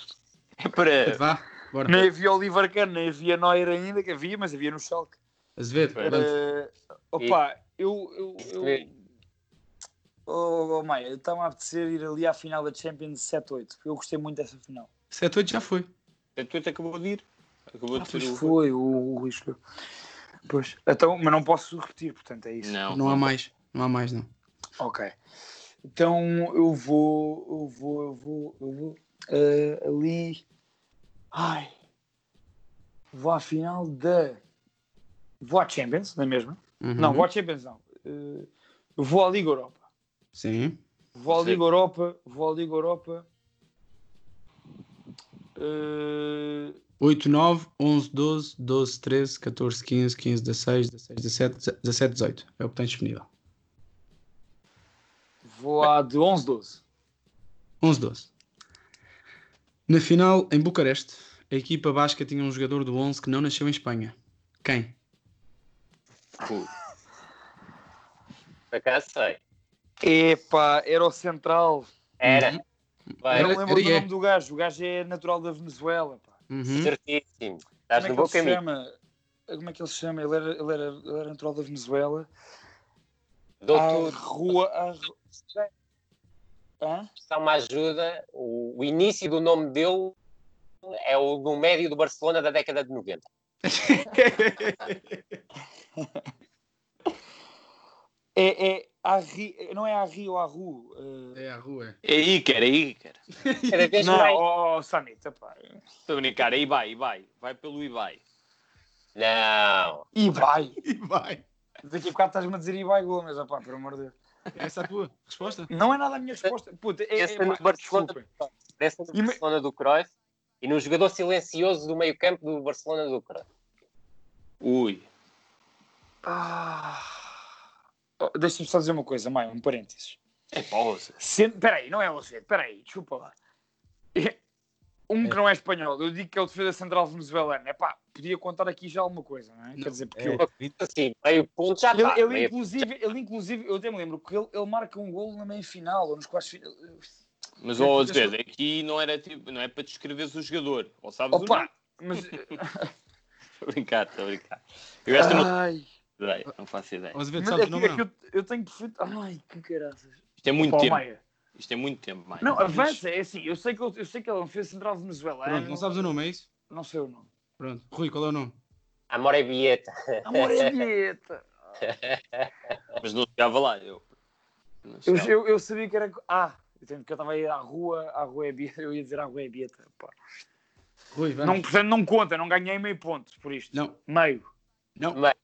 Speaker 11: É para.
Speaker 9: Vá, bora.
Speaker 8: Nem havia Oliver Kahn, nem havia Neuer ainda, que havia, mas havia no Schalke.
Speaker 9: Azevedo, levanta.
Speaker 8: Eh, opa, eu... eu, eu... Oh, oh, Maia, eu estava a apetecer ir ali à final da Champions 7-8, porque eu gostei muito dessa final.
Speaker 9: 7, 8 já foi.
Speaker 11: A Twitter acabou de ir. Acabou de
Speaker 8: Ah, Pois
Speaker 11: ser o.
Speaker 8: foi, o, o Luís foi. Pois, então, mas não posso repetir, portanto, é isso.
Speaker 11: Não,
Speaker 9: Não há mais. Não há mais, não.
Speaker 8: Ok. Então eu vou, eu vou, eu vou, eu vou eh, ali. Ai, vou à final da. Vou à Champions, não é mesmo?
Speaker 9: Uhum.
Speaker 8: Não, vou à Champions não. Eh, vou à Liga Europa.
Speaker 9: Sim.
Speaker 8: Vou à
Speaker 11: Sim.
Speaker 8: Liga Europa, vou à Liga Europa. Eh,
Speaker 9: 8, 9, 11, 12, 12, 13, 14, 15, 15, 16, 16, 17, 17, 18. É o que tens disponível.
Speaker 8: vou à de 11, 12.
Speaker 9: 11, 12. Na final, em Bucareste, a equipa basca tinha um jogador do 11 que não nasceu em Espanha. Quem?
Speaker 10: Por acaso sei.
Speaker 8: Epá, era o Central.
Speaker 10: Era.
Speaker 9: Uhum.
Speaker 10: Bem,
Speaker 8: Eu
Speaker 9: Era-
Speaker 8: não lembro
Speaker 9: era
Speaker 8: do
Speaker 9: e é.
Speaker 8: nome do gajo. O gajo é natural da Venezuela. Pá.
Speaker 9: Uhum.
Speaker 10: certíssimo.
Speaker 8: como
Speaker 10: Estás
Speaker 8: é
Speaker 10: no
Speaker 8: que
Speaker 10: bom
Speaker 8: ele se
Speaker 10: caminho.
Speaker 8: chama? Como é que ele se chama? Ele era, ele era, ele era natural da Venezuela. A
Speaker 10: Doutor,
Speaker 8: rua. À... ru- Hã?
Speaker 10: dá uma ajuda. O, o início do nome dele é o do médio do Barcelona da década de 90.
Speaker 8: É, é, Arri, não é a Rio, eh. a Ru.
Speaker 9: É a Ru, é.
Speaker 11: É Iker, é Iker.
Speaker 8: Cada vez não,
Speaker 11: mais.
Speaker 8: oh, Sanita, pá.
Speaker 11: Estou a brincar, é Ibai, Ibai. Vai pelo Ibai.
Speaker 10: Não.
Speaker 8: Ibai.
Speaker 9: Ibai.
Speaker 8: Daqui a bocado estás-me a dizer Ibai Gomes, opá, por amor de Deus.
Speaker 9: Essa é a tua resposta?
Speaker 8: Não é nada a minha
Speaker 11: Eh,
Speaker 8: resposta. Puta, é, é,
Speaker 10: Pensa no
Speaker 8: pá,
Speaker 10: Barcelona,
Speaker 8: desculpem.
Speaker 10: Pensa no Barcelona do Cruyff e no jogador silencioso do meio campo do Barcelona do Cruyff.
Speaker 11: Ui.
Speaker 8: Ah. Oh, Deixa-me só dizer uma coisa, Maio, um parênteses.
Speaker 11: É pausa.
Speaker 8: Sendo... Peraí, não é você, peraí, desculpa lá. Um que não é espanhol, eu digo que é o defesa central venezuelano. É pá, podia contar aqui já alguma coisa, não é? Quer dizer, porque eu.
Speaker 10: Assim, meio ponto já
Speaker 11: Ah,
Speaker 10: está.
Speaker 8: Ele, ele
Speaker 11: é-
Speaker 10: meio-
Speaker 8: inclusive, ele, inclusive, eu até me lembro que ele, ele marca um golo na meia final ou nos quartos de final.
Speaker 11: Mas, ó, Zé, aqui não, era, tipo, não é para descreveres o jogador. Ou sabes o nome?
Speaker 8: Opa! Mas.
Speaker 11: Estou a brincar, estou a brincar. Eu esta não,
Speaker 8: Ai,
Speaker 11: Peraí, não faço ideia.
Speaker 9: Mas,
Speaker 8: mas
Speaker 9: sabes
Speaker 8: é
Speaker 9: o
Speaker 8: que-
Speaker 9: nome,
Speaker 8: é que eu, eu tenho perfeito. Ai, que caraças.
Speaker 11: Isto é muito
Speaker 8: Opa,
Speaker 11: tempo.
Speaker 8: Maia.
Speaker 11: Isto é muito tempo, mais.
Speaker 8: Não, avança, é assim. Eu sei que ele, eu sei que ele é um defesa central venezuelano.
Speaker 9: Pronto, não sabes o nome, é isso?
Speaker 8: Não sei o nome.
Speaker 9: Pronto. Rui, qual é o nome?
Speaker 10: Amor é bilhete.
Speaker 8: Amor é dieta.
Speaker 11: Mas não chegava lá, eu. Não
Speaker 8: Eu,
Speaker 11: chegava.
Speaker 8: eu, eu sabia que era. Ah, eu tenho que eu estava aí à rua, à rua é Bieta, eu ia dizer à rua é Bieta. pá.
Speaker 9: Rui, vamos.
Speaker 8: Não, portanto, não conta, não ganhei meio ponto por isto.
Speaker 9: Não.
Speaker 8: Meio.
Speaker 9: Não.
Speaker 10: Meio.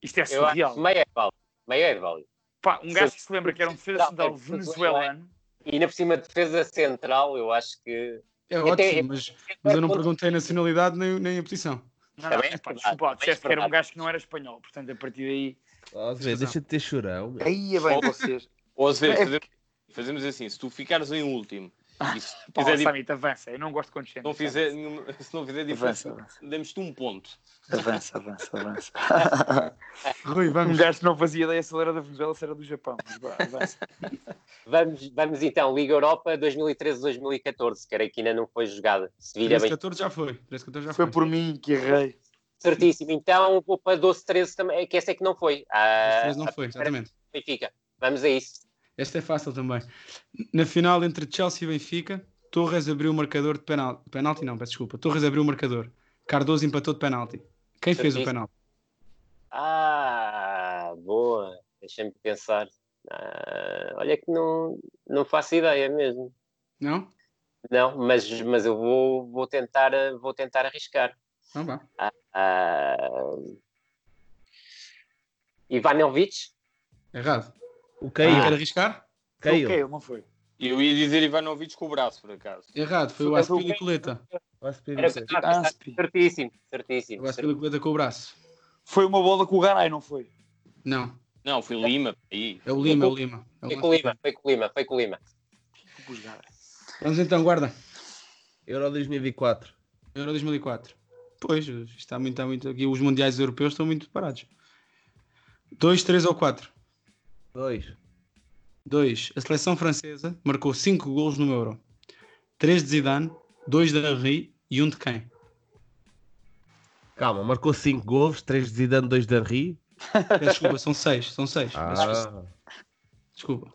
Speaker 8: Isto é
Speaker 10: Eu acho
Speaker 8: surreal.
Speaker 10: que meio é válido. Meio é válido.
Speaker 8: Pá, um gajo
Speaker 10: Sim.
Speaker 8: que se lembra que era um defesa
Speaker 10: Não,
Speaker 8: central
Speaker 10: é
Speaker 8: venezuelano.
Speaker 10: E ainda por cima, defesa central, eu acho que.
Speaker 9: É
Speaker 10: Até-
Speaker 9: ótimo, mas, mas eu não perguntei nacionalidade nem, nem a posição.
Speaker 8: Não, não,
Speaker 10: Também é
Speaker 8: pá,
Speaker 10: verdade,
Speaker 8: desculpa, lá,
Speaker 10: também é
Speaker 8: disseste que era um
Speaker 10: verdade.
Speaker 8: gajo que não era espanhol, portanto, a partir daí.
Speaker 12: Ó, Zé, deixa de ter chorão, meu.
Speaker 8: Aí é bem vocês.
Speaker 11: Ó, Zé,
Speaker 8: É
Speaker 11: fazemos, fazemos assim: se tu ficares em último e se
Speaker 8: Ah, Pá,
Speaker 11: fizer
Speaker 8: ó,
Speaker 10: tipo,
Speaker 8: Samit, avança, eu não gosto de
Speaker 11: Se
Speaker 8: condescendência.
Speaker 11: não fizer, nenhuma- se não fizer
Speaker 8: Avança,
Speaker 11: diferença, demos-te um ponto.
Speaker 8: Avança, avança, avança.
Speaker 9: Rui,
Speaker 8: um
Speaker 9: vamos.
Speaker 8: gajo que não fazia ideia se ele era da Venezuela, se era do Japão. Mas vá, avança.
Speaker 10: Vamos, vamos então, Liga Europa 2013-2014, que era que ainda não foi jogada. Se vira bem.
Speaker 9: 13-14 já foi. 13-14 já foi.
Speaker 8: Foi por mim que errei.
Speaker 10: Certíssimo. Então, vou para 12-13 também, é que essa é que não foi. Ah,
Speaker 9: 13 não
Speaker 10: a
Speaker 9: foi,
Speaker 10: primeira
Speaker 9: exatamente.
Speaker 10: do Benfica. Vamos a isso.
Speaker 9: Esta é fácil também. Na final entre Chelsea e Benfica, Torres abriu o marcador de penalti. Penalti não, peço desculpa. Torres abriu o marcador. Cardoso empatou de penalti. Quem fez o
Speaker 10: Certíssimo.
Speaker 9: penalti?
Speaker 10: Ah, boa. Deixa-me pensar. Ah, olha que não, não faço ideia mesmo.
Speaker 9: Não?
Speaker 10: Não, mas, mas eu vou, vou, tentar, ah, vou tentar arriscar.
Speaker 9: Não Então vá.
Speaker 10: Ah, Ivanovic?
Speaker 9: Errado.
Speaker 12: O
Speaker 9: Quem
Speaker 10: Ah,
Speaker 12: Caio.
Speaker 9: quer arriscar?
Speaker 8: O
Speaker 12: Caio.
Speaker 8: Kale, não foi?
Speaker 11: Eu ia dizer Ivanovic com o braço, por acaso.
Speaker 9: Errado, foi o
Speaker 10: Foi- foi o
Speaker 9: Aspiliculeta.
Speaker 10: Era o que eu estava a pensar.
Speaker 8: Aspi.
Speaker 9: O
Speaker 10: certíssimo, certíssimo. certíssimo.
Speaker 9: Aspiliculeta com o braço.
Speaker 8: Foi uma bola com o Garay, não foi?
Speaker 9: Não,
Speaker 11: Não, foi Lima. Aí.
Speaker 9: é o Lima, é o Lima. É o Lima.
Speaker 10: Foi com o Lima, foi com o Lima, foi com o Lima.
Speaker 8: Com os Garay.
Speaker 9: Vamos então, guarda.
Speaker 12: Euro 2004.
Speaker 9: Euro 2004. Pois, isto está muito, está muito. Aqui os mundiais europeus estão muito parados. 2, 3 ou 4.
Speaker 12: 2.
Speaker 9: 2. A seleção francesa marcou 5 golos no Euro. 3 de Zidane, 2 de Henry e 1 um de quem?
Speaker 12: Calma, marcou 5 gols, 3 de Zidane, 2 de Henry.
Speaker 9: Peço Desculpa, são 6. São 6.
Speaker 12: Ah,
Speaker 9: Desculpa.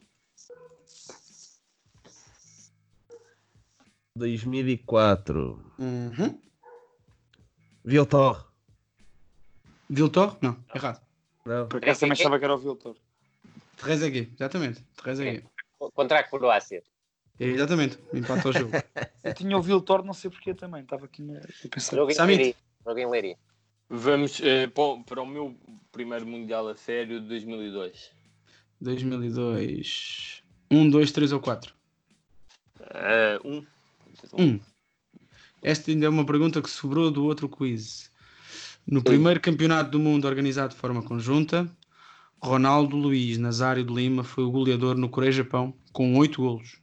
Speaker 12: 2004.
Speaker 9: Uhum.
Speaker 12: Viltor.
Speaker 9: Viltor? Não, errado.
Speaker 12: Não.
Speaker 8: Por
Speaker 10: É,
Speaker 8: acaso também estava que era o Viltor.
Speaker 9: Teresa Gui, é exatamente. Teresa Gui.
Speaker 10: Contra a Croácia.
Speaker 9: É, Exatamente, empata o jogo.
Speaker 8: Eu tinha o Viltor, não sei porquê também. Estava aqui na. Eu pensei.
Speaker 10: Jogo em
Speaker 9: Samit.
Speaker 10: Leiria. Jogo em Leiria.
Speaker 11: Vamos eh, pa- para, o meu primeiro Mundial a sério de 2002.
Speaker 9: 2002. 1, 2, 3 Um, ou 4.
Speaker 11: Eh, um.
Speaker 9: Hum. Esta ainda é uma pergunta que sobrou do outro quiz. No primeiro campeonato do mundo organizado de forma conjunta, Ronaldo Luiz Nazário de Lima foi o goleador no Coreia-Japão com 8 golos.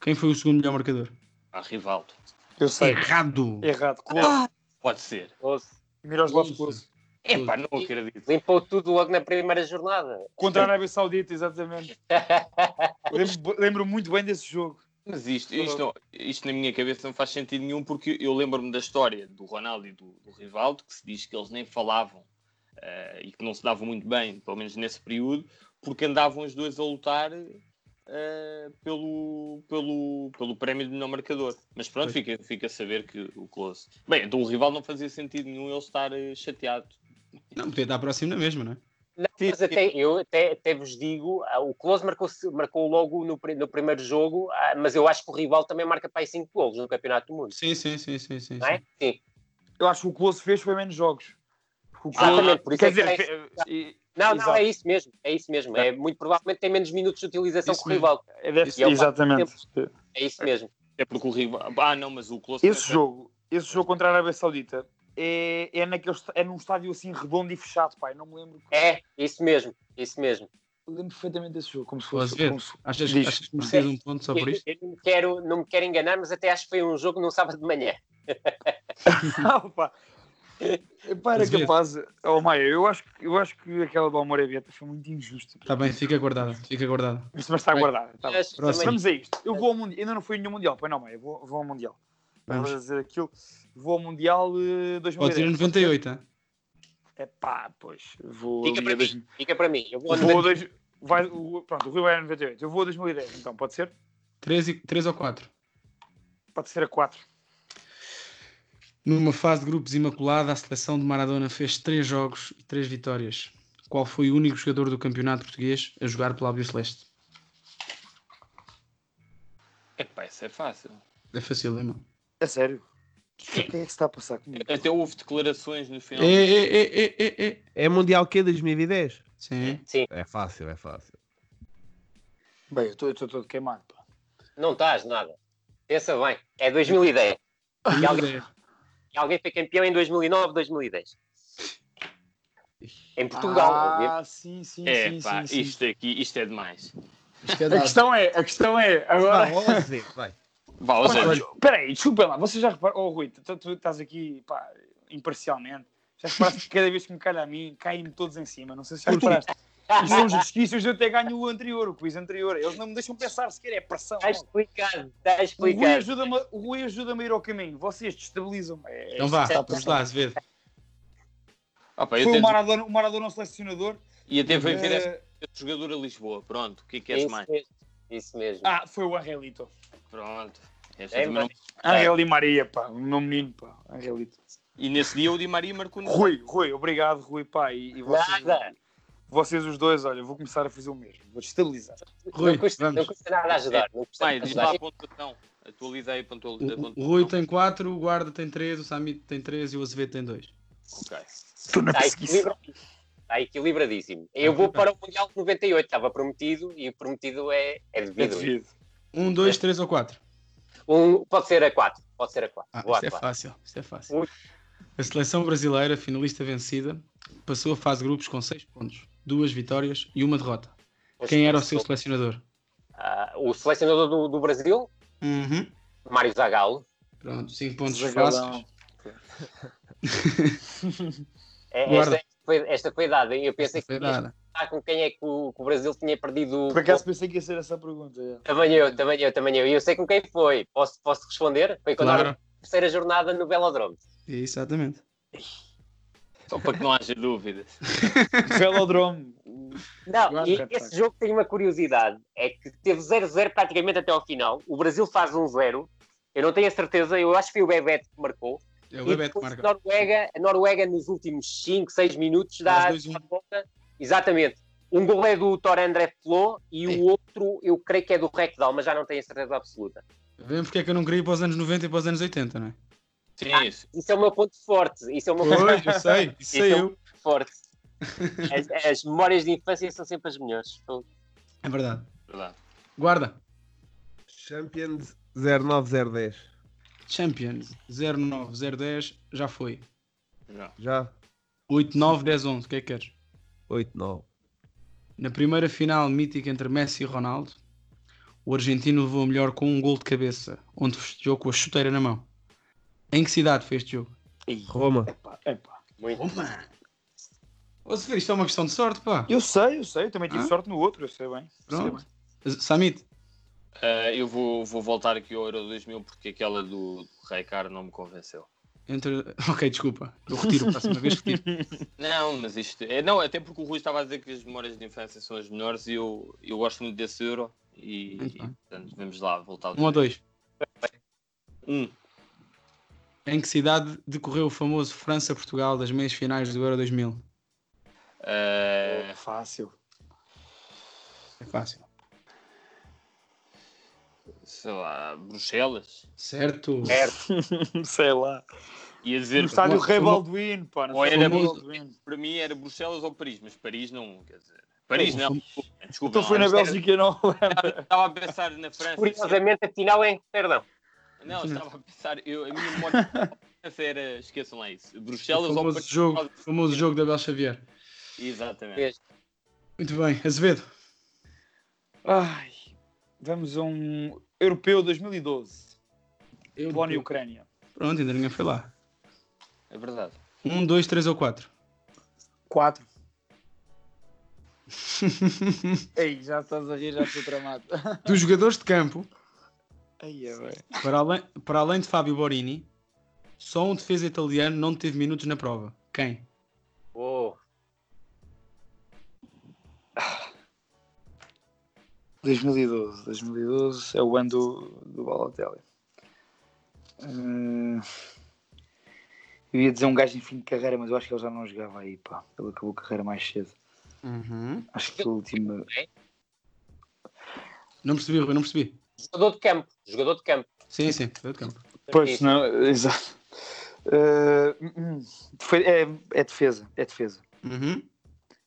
Speaker 9: Quem foi o segundo melhor marcador?
Speaker 11: Ah, Rivaldo.
Speaker 8: Eu sei.
Speaker 9: Errado!
Speaker 10: É.
Speaker 8: É. Errado.
Speaker 10: Ah.
Speaker 8: Close.
Speaker 11: Pode ser.
Speaker 8: Miroslav Klose.
Speaker 11: Epá, não acredito.
Speaker 10: Limpou tudo logo na primeira jornada.
Speaker 8: Contra a Arábia Saudita, exatamente. lembro, lembro muito bem desse jogo.
Speaker 11: Mas isto, isto, não- isto na minha cabeça não faz sentido nenhum, porque eu lembro-me da história do Ronaldo e do, do Rivaldo, que se diz que eles nem falavam eh, e que não se davam muito bem, pelo menos nesse período, porque andavam os dois a lutar eh, pelo, pelo, pelo prémio de não marcador. Mas pronto, fica, fica a saber que o Close. Bem, do Rivaldo não fazia sentido nenhum ele estar eh, chateado.
Speaker 9: Não, podia estar próximo na mesma, não é?
Speaker 10: Não, mas até, eu até, até vos digo, ah, o Close marcou, marcou logo no, pri- no primeiro jogo, ah, mas eu acho que o rival também marca para aí 5 golos no Campeonato do Mundo.
Speaker 9: Sim, sim, sim, sim, sim.
Speaker 10: Não é? Sim.
Speaker 8: Eu acho que o Close fez foi menos jogos. O Klose-
Speaker 10: Exatamente, por isso
Speaker 8: quer
Speaker 10: é que
Speaker 8: dizer,
Speaker 10: tem-
Speaker 8: fe-
Speaker 10: Não, não,
Speaker 8: Exato.
Speaker 10: é isso mesmo, é isso mesmo. É, muito provavelmente tem menos minutos de utilização que o rival.
Speaker 8: É, deve-
Speaker 10: E é o
Speaker 8: exatamente.
Speaker 10: É isso mesmo.
Speaker 11: É porque o rival. Ah, não, mas o Close.
Speaker 8: Esse jogo, esse jogo contra a Arábia Saudita é, é, naquele, est- é num estádio assim redondo e fechado, pai. Não me lembro.
Speaker 10: É, isso mesmo, isso mesmo.
Speaker 8: Lembro perfeitamente desse jogo, como se
Speaker 9: Podes
Speaker 8: fosse.
Speaker 9: ver?
Speaker 8: Como se...
Speaker 9: Achas,
Speaker 8: Diz.
Speaker 9: achas que merecias um ponto só
Speaker 10: Eu,
Speaker 9: por isto?
Speaker 10: eu não, me quero, não me quero enganar, mas até acho que foi um jogo num sábado de manhã.
Speaker 8: Ah, pá. Pá, era
Speaker 9: Mas vê.
Speaker 8: capaz. Oh, Maia, eu acho, que- eu acho que aquela do Almoreira Vieta foi muito injusta.
Speaker 9: Está Tá bem, fica guardada. Fica guardada.
Speaker 8: Mas, mas está
Speaker 9: Bem,
Speaker 8: guardada. Tá bem.
Speaker 10: é
Speaker 9: Próximo. também-
Speaker 8: Vamos a isto. Eu vou ao Mundial. Ainda não fui a nenhum Mundial. Pois não, Maia, vou, vou ao Mundial.
Speaker 9: Vamos.
Speaker 8: Vou dizer aquilo. Vou ao Mundial eh, 2010.
Speaker 9: Podes ir a 98, hein?
Speaker 8: É pá, pois. Vou
Speaker 10: Fica
Speaker 8: ali
Speaker 10: para
Speaker 8: a dois-
Speaker 10: mim, fica para mim. Eu vou
Speaker 8: Vou a dois- vai- o- Pronto, o Rio é vai a 98. Eu vou a 2010, então, pode ser?
Speaker 9: 3, e- 3 ou 4.
Speaker 8: Pode ser a 4.
Speaker 9: Numa fase de grupos imaculada, a seleção de Maradona fez 3 jogos e 3 vitórias. Qual foi o único jogador do campeonato português a jogar pela Áudio Celeste?
Speaker 11: Epá, isso é fácil.
Speaker 9: É fácil, é, mano?
Speaker 8: É sério? O que é que se está a passar comigo?
Speaker 11: Até houve declarações no final.
Speaker 12: É Mundial que 2010?
Speaker 9: Sim.
Speaker 10: Sim.
Speaker 12: É fácil, é fácil.
Speaker 8: Bem, eu estou todo queimado. Pá.
Speaker 10: Não estás nada. Pensa bem, é 2010. E alguém,
Speaker 9: 2010.
Speaker 10: e alguém foi campeão em 2009, 2010. Em Portugal, obviamente.
Speaker 8: Ah, sim, sim,
Speaker 11: É,
Speaker 8: sim,
Speaker 11: pá,
Speaker 8: sim, sim.
Speaker 11: isto aqui, isto é demais.
Speaker 8: A questão é, a questão é, agora...
Speaker 12: vai.
Speaker 11: Vá, ó, Zé,
Speaker 8: Olha, Espera aí, desculpa lá, vocês já repararam, oh Rui, tu, tu estás aqui, pá, imparcialmente, já reparaste que cada vez que me calha a mim, caem-me todos em cima, não sei se já reparaste. E são os resquícios de eu ter ganho o anterior, o quiz anterior, eles não me deixam pensar sequer, é pressão.
Speaker 10: Está explicado, está
Speaker 8: O Rui
Speaker 10: explicado.
Speaker 8: ajuda-me a- o Rui ajuda-me a ir ao caminho, vocês destabilizam-me. É-
Speaker 9: Então vá, vamos lá, Azevedo.
Speaker 11: Ah, pá, eu
Speaker 8: Foi o
Speaker 11: até-
Speaker 8: Maradona, o Maradona ao selecionador.
Speaker 11: E até foi ver
Speaker 8: Eh,
Speaker 11: este este jogador a Lisboa. Pronto, o que é que
Speaker 10: É
Speaker 11: és
Speaker 10: isso
Speaker 11: mais?
Speaker 10: mesmo, Isso mesmo.
Speaker 8: Ah, foi o Angelito.
Speaker 11: Pronto. Esta
Speaker 10: É,
Speaker 11: também não-
Speaker 8: Angel Di Maria, pá, o meu menino, pá, Angelito.
Speaker 11: E nesse dia o Di Maria marcou no.
Speaker 8: Rui, Rui, obrigado, Rui, pá, e, e vocês,
Speaker 10: Nada.
Speaker 8: vocês os dois, olha, vou começar a fazer o mesmo, vou destabilizar.
Speaker 9: Rui,
Speaker 10: não, custa, não
Speaker 9: vamos.
Speaker 10: custa nada ajudar. Não custa
Speaker 11: Pai,
Speaker 10: nada
Speaker 11: diz lá
Speaker 10: ajudar.
Speaker 11: a pontuação. Atualiza aí a pontua- a
Speaker 9: O-
Speaker 11: pontuação.
Speaker 9: O, o Rui tem 4, o Guarda tem 3, o Sami tem 3 e o Azevedo tem 2.
Speaker 11: Ok.
Speaker 8: Estou na
Speaker 10: Está
Speaker 8: pesquisa.
Speaker 10: equilibradíssimo. Está equilibradíssimo. Eu vou para o Mundial de 98, estava prometido e o prometido é, é devido.
Speaker 9: 1, 2, 3 ou 4?
Speaker 10: Um, pode ser a 4. Pode ser a 4.
Speaker 9: Ah,
Speaker 10: Boa,
Speaker 9: isto é
Speaker 10: quatro.
Speaker 9: fácil, isto é fácil.
Speaker 10: Ui.
Speaker 9: A seleção brasileira, finalista vencida, passou a fase de grupos com 6 pontos, 2 vitórias e uma derrota.
Speaker 10: Pois
Speaker 9: Quem
Speaker 10: sim,
Speaker 9: era o seu
Speaker 10: sou-
Speaker 9: selecionador?
Speaker 10: Ah, o selecionador do, do Brasil,
Speaker 9: Uhum.
Speaker 10: Mário Zagallo.
Speaker 9: Pronto, 5 pontos
Speaker 8: Zagalão.
Speaker 9: fáceis.
Speaker 10: É,
Speaker 9: Guarda.
Speaker 10: esta, foi, esta foi dada. Eu pensei que
Speaker 9: Foi
Speaker 10: tinhas
Speaker 9: dada.
Speaker 10: falar com quem é que o, que o Brasil tinha perdido.
Speaker 8: Por acaso pensei que ia ser essa a pergunta. é.
Speaker 10: Também eu, também eu, também eu. E eu sei com quem foi. Posso, posso responder? Foi quando
Speaker 9: Claro.
Speaker 10: era a terceira jornada no Velodrome.
Speaker 9: Exatamente.
Speaker 11: Só para que não haja dúvida.
Speaker 8: Velodrome.
Speaker 10: Não,
Speaker 8: Claro,
Speaker 10: e
Speaker 8: Red
Speaker 10: esse
Speaker 8: Sox.
Speaker 10: jogo tem uma curiosidade, é que teve 0-0 praticamente até ao final. O Brasil faz 1-0. Eu não tenho a certeza, eu acho que foi o Bebeto que marcou.
Speaker 9: É o
Speaker 10: e
Speaker 9: Bebeto que
Speaker 10: depois
Speaker 9: marca.
Speaker 10: a Noruega, a Noruega nos últimos 5, 6 minutos dá
Speaker 9: Faz 2-1.
Speaker 10: dá a volta. Exatamente. Um gol é do Thor André Pelot e
Speaker 9: É.
Speaker 10: o outro eu creio que é do Recdal, mas já não tenho a certeza absoluta.
Speaker 9: Vêem porque é que eu não queria ir para os anos 90 e para os anos 80, não é?
Speaker 11: Sim, isso.
Speaker 10: Isso é o meu ponto forte. Isso é o meu ponto
Speaker 9: Pois, eu sei, isso sei eu.
Speaker 10: é forte. As, as memórias de infância são sempre as melhores.
Speaker 9: É verdade.
Speaker 11: Verdade.
Speaker 9: Guarda.
Speaker 12: Champions 09010.
Speaker 9: Champions 09010 já foi.
Speaker 11: Já.
Speaker 12: Já?
Speaker 9: 891011, o que é que queres?
Speaker 12: 8-9.
Speaker 9: Na primeira final mítica entre Messi e Ronaldo, o argentino levou a melhor com um gol de cabeça, onde festejou com a chuteira na mão. Em que cidade foi este jogo?
Speaker 12: Roma.
Speaker 8: Pá, é pá.
Speaker 10: Muito.
Speaker 9: Ou se ver, isto é uma questão de sorte, pá.
Speaker 8: Eu sei, eu sei, eu também tive
Speaker 9: Hã?
Speaker 8: sorte no outro, eu sei bem. Sei bem.
Speaker 9: Pronto. Samit,
Speaker 11: Ah, eu vou, vou voltar aqui ao Euro 2000 porque aquela do, do Raikar não me convenceu.
Speaker 9: entre. Ok, desculpa. Eu retiro, próxima vez retiro.
Speaker 11: Não, mas isto. É, não, até porque o Rui estava a dizer que as memórias de infância são as melhores e eu, eu gosto muito desse Euro. E,
Speaker 9: Muito bem.
Speaker 11: e, portanto, vamos lá, voltar
Speaker 9: Um ou dois.
Speaker 11: Um.
Speaker 9: Em que cidade decorreu o famoso França-Portugal das meias finais do Euro 2000?
Speaker 11: Eh,
Speaker 8: fácil.
Speaker 9: É fácil.
Speaker 11: Sei lá, Bruxelas.
Speaker 9: Certo.
Speaker 8: Sei lá.
Speaker 11: Ia dizer.
Speaker 8: No estádio Rei Balduino, pá. no
Speaker 11: Ou
Speaker 8: estádio
Speaker 11: era,
Speaker 8: Rei
Speaker 11: Bru-
Speaker 8: Balduino.
Speaker 11: para mim era Bruxelas ou Paris, mas Paris não, quer dizer. Paris não. Desculpa.
Speaker 8: Então
Speaker 11: não,
Speaker 8: foi na
Speaker 11: isto era-
Speaker 8: Bélgica, não lembro.
Speaker 11: Estava a pensar na França.
Speaker 10: Curiosamente, afinal é. Perdão.
Speaker 11: Não, estava a pensar. Eu, a minha memória era. Esqueçam lá isso.
Speaker 9: O
Speaker 11: Bruxelas ou
Speaker 9: famoso
Speaker 11: Paris.
Speaker 9: jogo, o famoso jogo da Abel Xavier.
Speaker 11: Exatamente.
Speaker 9: Muito bem, Azevedo.
Speaker 8: Ai, vamos a um europeu 2012. Polónia e Ucrânia.
Speaker 9: Pronto, ainda ninguém foi lá.
Speaker 11: É verdade.
Speaker 9: Um, dois, três ou quatro.
Speaker 8: 4. Ei, já estás a rir, já estou tramado.
Speaker 9: Dos jogadores de campo,
Speaker 8: Ai, é bem.
Speaker 9: para além, para além de Fábio Borini, só um defesa italiano não teve minutos na prova. Quem?
Speaker 10: Oh,
Speaker 8: 2012. 2012 é o ano do, do Balotelli. Hum, eu ia dizer um gajo em fim de carreira, mas eu acho que ele já não jogava aí, pá. Ele acabou a carreira mais cedo. Acho que a última.
Speaker 9: Não percebi, Rui, não percebi.
Speaker 10: jogador de campo. Jogador de campo.
Speaker 9: Sim, sim, foi de campo.
Speaker 8: Pois, não, exato. Eh, hum, hum. Foi- é, é defesa, é defesa.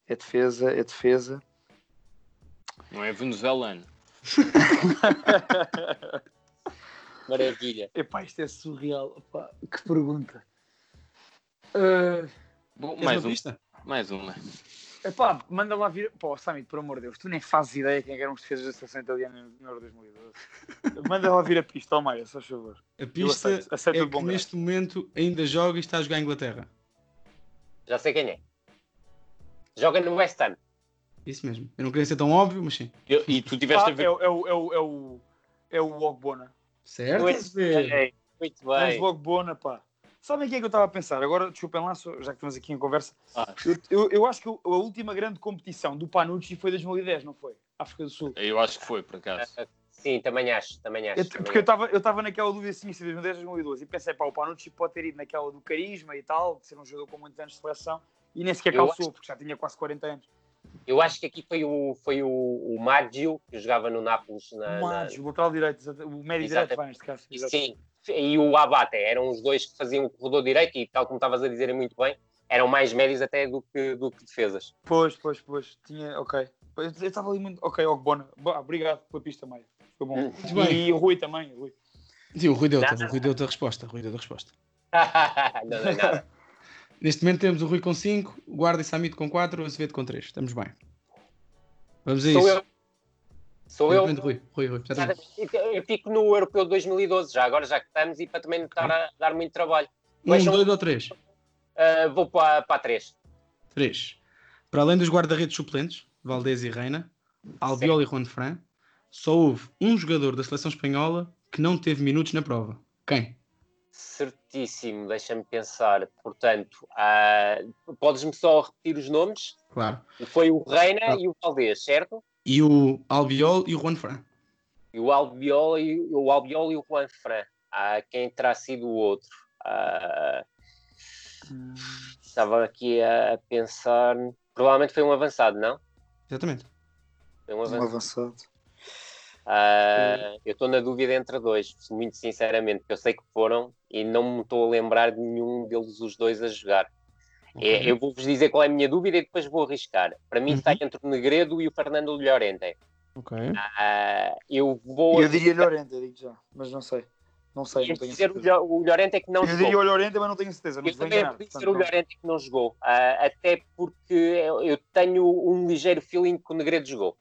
Speaker 8: É defesa, é defesa.
Speaker 11: Não é venezuelano.
Speaker 10: Maravilha.
Speaker 8: Epá, isto é surreal. Epá, que pergunta. Eh,
Speaker 11: Bom,
Speaker 8: Queres
Speaker 11: mais
Speaker 8: uma
Speaker 11: um.
Speaker 8: pista?
Speaker 11: Mais uma.
Speaker 8: Epá, manda lá vir. Pô, Samit, por amor de Deus, tu nem fazes ideia quem é eram os defesas da seleção italiana no Euro 2012. manda lá vir a pista, ó Maia, só favor.
Speaker 9: A
Speaker 8: Eu
Speaker 9: pista
Speaker 8: aceito, aceito
Speaker 9: é
Speaker 8: o bom
Speaker 9: que
Speaker 8: grado.
Speaker 9: neste momento ainda joga e está a jogar a Inglaterra.
Speaker 10: Já sei quem é. Joga no West Ham.
Speaker 9: Isso mesmo. Eu não queria ser tão óbvio, mas sim.
Speaker 11: e tu
Speaker 8: Ah, é, o- é o- é o- é o. É o É, Ogbona.
Speaker 9: Certo?
Speaker 10: é, Muito
Speaker 8: Mas
Speaker 10: bem.
Speaker 8: o Ogbona, pá. Sabem quem é que eu estava a pensar? Agora, desculpem lá, só- já que estamos aqui em conversa.
Speaker 9: Ah.
Speaker 8: Eu, eu- eu acho que a última grande competição do Panucci foi 2010, não foi? África do Sul.
Speaker 11: Eu acho que foi, por acaso.
Speaker 10: Ah, Sim, também acho. Também acho.
Speaker 8: Eu-
Speaker 10: também
Speaker 8: É porque eu
Speaker 10: acho.
Speaker 8: estava eu tava naquela dúvida assim, se 2010 2012, e pensei, pá, o Panucci pode ter ido naquela do carisma e tal, de ser um jogador com muitos anos de seleção, e nem sequer
Speaker 10: Eu
Speaker 8: calçou, porque já tinha quase 40 anos.
Speaker 10: Eu acho que aqui foi o, foi o, o Maggio, que jogava no Nápoles. Na,
Speaker 8: o
Speaker 10: na,
Speaker 8: Maggio, o lateral direito, exata- o médio direito,
Speaker 10: Exatamente.
Speaker 8: vai, neste caso.
Speaker 10: E
Speaker 8: exato.
Speaker 10: sim, e o Abate, eram os dois que faziam o corredor direito e, tal como estavas a dizer é muito bem, eram mais médios até do que, do que defesas.
Speaker 8: Pois, pois, pois, tinha, ok. Pois, Eu estava ali muito, ok, Ogbona, Bah, obrigado pela pista, Maia, foi bom.
Speaker 9: Muito bem.
Speaker 8: E o Rui também, o Rui.
Speaker 10: é.
Speaker 9: Sim, o Rui deu-te o Rui deu-te a resposta. o Rui deu-te a resposta.
Speaker 10: não, não é nada.
Speaker 9: Neste momento temos o Rui com 5, o Guarda e Samit com 4, o Azevedo com 3. Estamos bem. Vamos a
Speaker 10: Sou
Speaker 9: isso.
Speaker 10: eu. Sou eu.
Speaker 9: Rui, Rui, Rui. Já estamos.
Speaker 10: Exatamente. Eu fico no Europeu de 2012, já agora já que estamos, e para também não estar a dar muito trabalho.
Speaker 9: Um,
Speaker 10: Mas são-
Speaker 9: dois ou três?
Speaker 10: ah, vou para, para a 3.
Speaker 9: Três. Para além dos guarda-redes suplentes, Valdez e Reina, Albiol e Juan Fran, só houve um jogador da seleção espanhola que não teve minutos na prova. Quem?
Speaker 10: Certíssimo, deixa-me pensar. Portanto, ah, podes-me só repetir os nomes?
Speaker 9: Claro.
Speaker 10: Foi o Reina
Speaker 9: Ah.
Speaker 10: e o Valdez, certo?
Speaker 9: E o Albiol e o Juan Fran.
Speaker 10: E o Albiol e o, Albiol e o Juan Fran. Ah, quem terá sido o outro? Ah,
Speaker 9: Hum.
Speaker 10: estava aqui a, a pensar. Provavelmente foi um avançado, não?
Speaker 9: Exatamente.
Speaker 10: Foi um avançado.
Speaker 8: Um avançado.
Speaker 10: Ah, eu estou na dúvida entre dois, muito sinceramente, porque eu sei que foram e não me estou a lembrar de nenhum deles os dois a jogar. É, eu vou-vos dizer qual é a minha dúvida e depois vou arriscar. Para mim está entre o Negredo e o Fernando Llorente.
Speaker 9: Ok.
Speaker 10: Ah, eu vou
Speaker 8: Eu diria Llorente, eu digo já, mas não sei. Não sei, não
Speaker 10: Queres
Speaker 8: tenho
Speaker 10: dizer o
Speaker 8: certeza.
Speaker 10: Lho- o Llorente é que não
Speaker 8: Eu diria o
Speaker 10: jogou.
Speaker 8: Llorente, mas não tenho certeza. Não
Speaker 10: Eu
Speaker 8: te vou
Speaker 10: também
Speaker 8: enganar.
Speaker 10: podia dizer
Speaker 8: portanto,
Speaker 10: o
Speaker 8: não.
Speaker 10: Llorente que não jogou, ah, até porque eu eu tenho um ligeiro feeling que o Negredo jogou.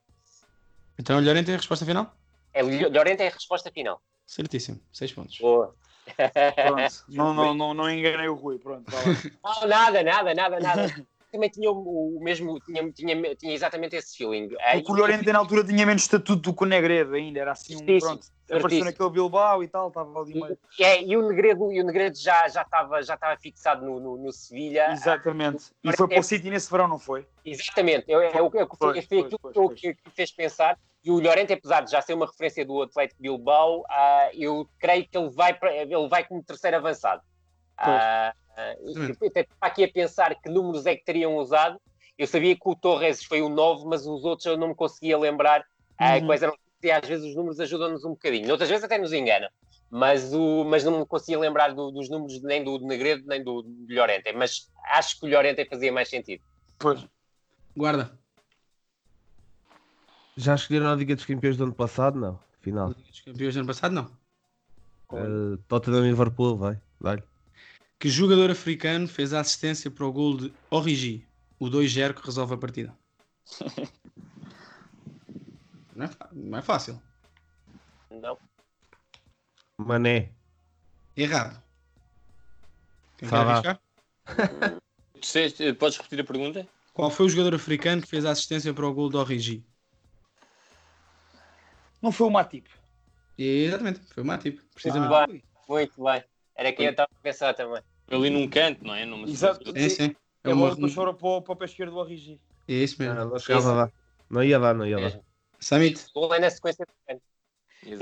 Speaker 9: Então o Llorente é a resposta final?
Speaker 10: É, Lho- Llorente é a resposta final.
Speaker 9: Certíssimo. Seis pontos.
Speaker 10: Boa.
Speaker 8: Pronto, não, não, não, não enganei o Rui, pronto. vá lá.
Speaker 10: Não, Ah, nada, nada, nada, nada. Também tinha o, o mesmo, tinha, tinha, tinha exatamente esse feeling. Ah,
Speaker 8: Porque o Llorente na altura tinha menos estatuto do que o Negredo ainda, era assim, um,
Speaker 10: Certíssimo,
Speaker 8: pronto. Apareceu
Speaker 10: certíssimo.
Speaker 8: naquele Bilbao e tal, estava ali meio...
Speaker 10: e- é, e o Negredo, e o Negredo já já estava já estava fixado no, no, no Sevilha.
Speaker 8: Exatamente. E foi para o City nesse verão, não foi?
Speaker 10: Exatamente, é, eu, eu, eu,
Speaker 8: Pois,
Speaker 10: foi
Speaker 8: pois,
Speaker 10: aquilo
Speaker 8: pois,
Speaker 10: que eu-
Speaker 8: pois.
Speaker 10: que, que fez pensar. E o Llorente, apesar de já ser uma referência do Atlético Bilbao, ah, eu creio que ele vai, para- ele vai como terceiro avançado. Ah, ah, e- e até estava aqui a pensar que números é que teriam usado Eu sabia que o Torres foi o 9, mas os outros eu não me conseguia lembrar ah,
Speaker 13: Uhum.
Speaker 10: quais eram. E às vezes os números ajudam-nos um bocadinho, outras vezes até nos enganam. Mas, o, mas não me conseguia lembrar do- dos números nem do Negredo nem do, do Llorente. Mas acho que o Llorente fazia mais sentido.
Speaker 9: Pois. Guarda.
Speaker 12: Já escolheram a Liga dos Campeões do ano passado? Não. Final.
Speaker 9: Os campeões do ano passado, não.
Speaker 12: Uh, Tottenham e Liverpool, vai. Dá-lhe.
Speaker 9: Que jogador africano fez a assistência para o gol de Origi? O 2-0 que resolve a partida. não, é, fa- não é fácil.
Speaker 10: Não.
Speaker 12: Mané.
Speaker 9: Errado. Quem quer
Speaker 12: Salah.
Speaker 9: arriscar?
Speaker 11: Disseste- eh, Podes repetir a pergunta?
Speaker 9: Qual foi o jogador africano que fez a assistência para o gol de Origi?
Speaker 8: Não foi o Matip.
Speaker 9: Exatamente, foi o Matip. Precisamente.
Speaker 10: Muito bem, Ah, muito bem. Era quem eu estava a pensar também.
Speaker 11: Ali num canto, não é? Numa
Speaker 8: Exato.
Speaker 12: Sim, sim.
Speaker 8: É
Speaker 12: É
Speaker 8: uma...
Speaker 12: uma-
Speaker 8: Depois foram para o, para o pé esquerdo do Origi.
Speaker 9: É isso mesmo.
Speaker 12: não, chegava lá. não ia lá, não ia lá.
Speaker 9: Summit.
Speaker 10: Gol é na sequência do canto.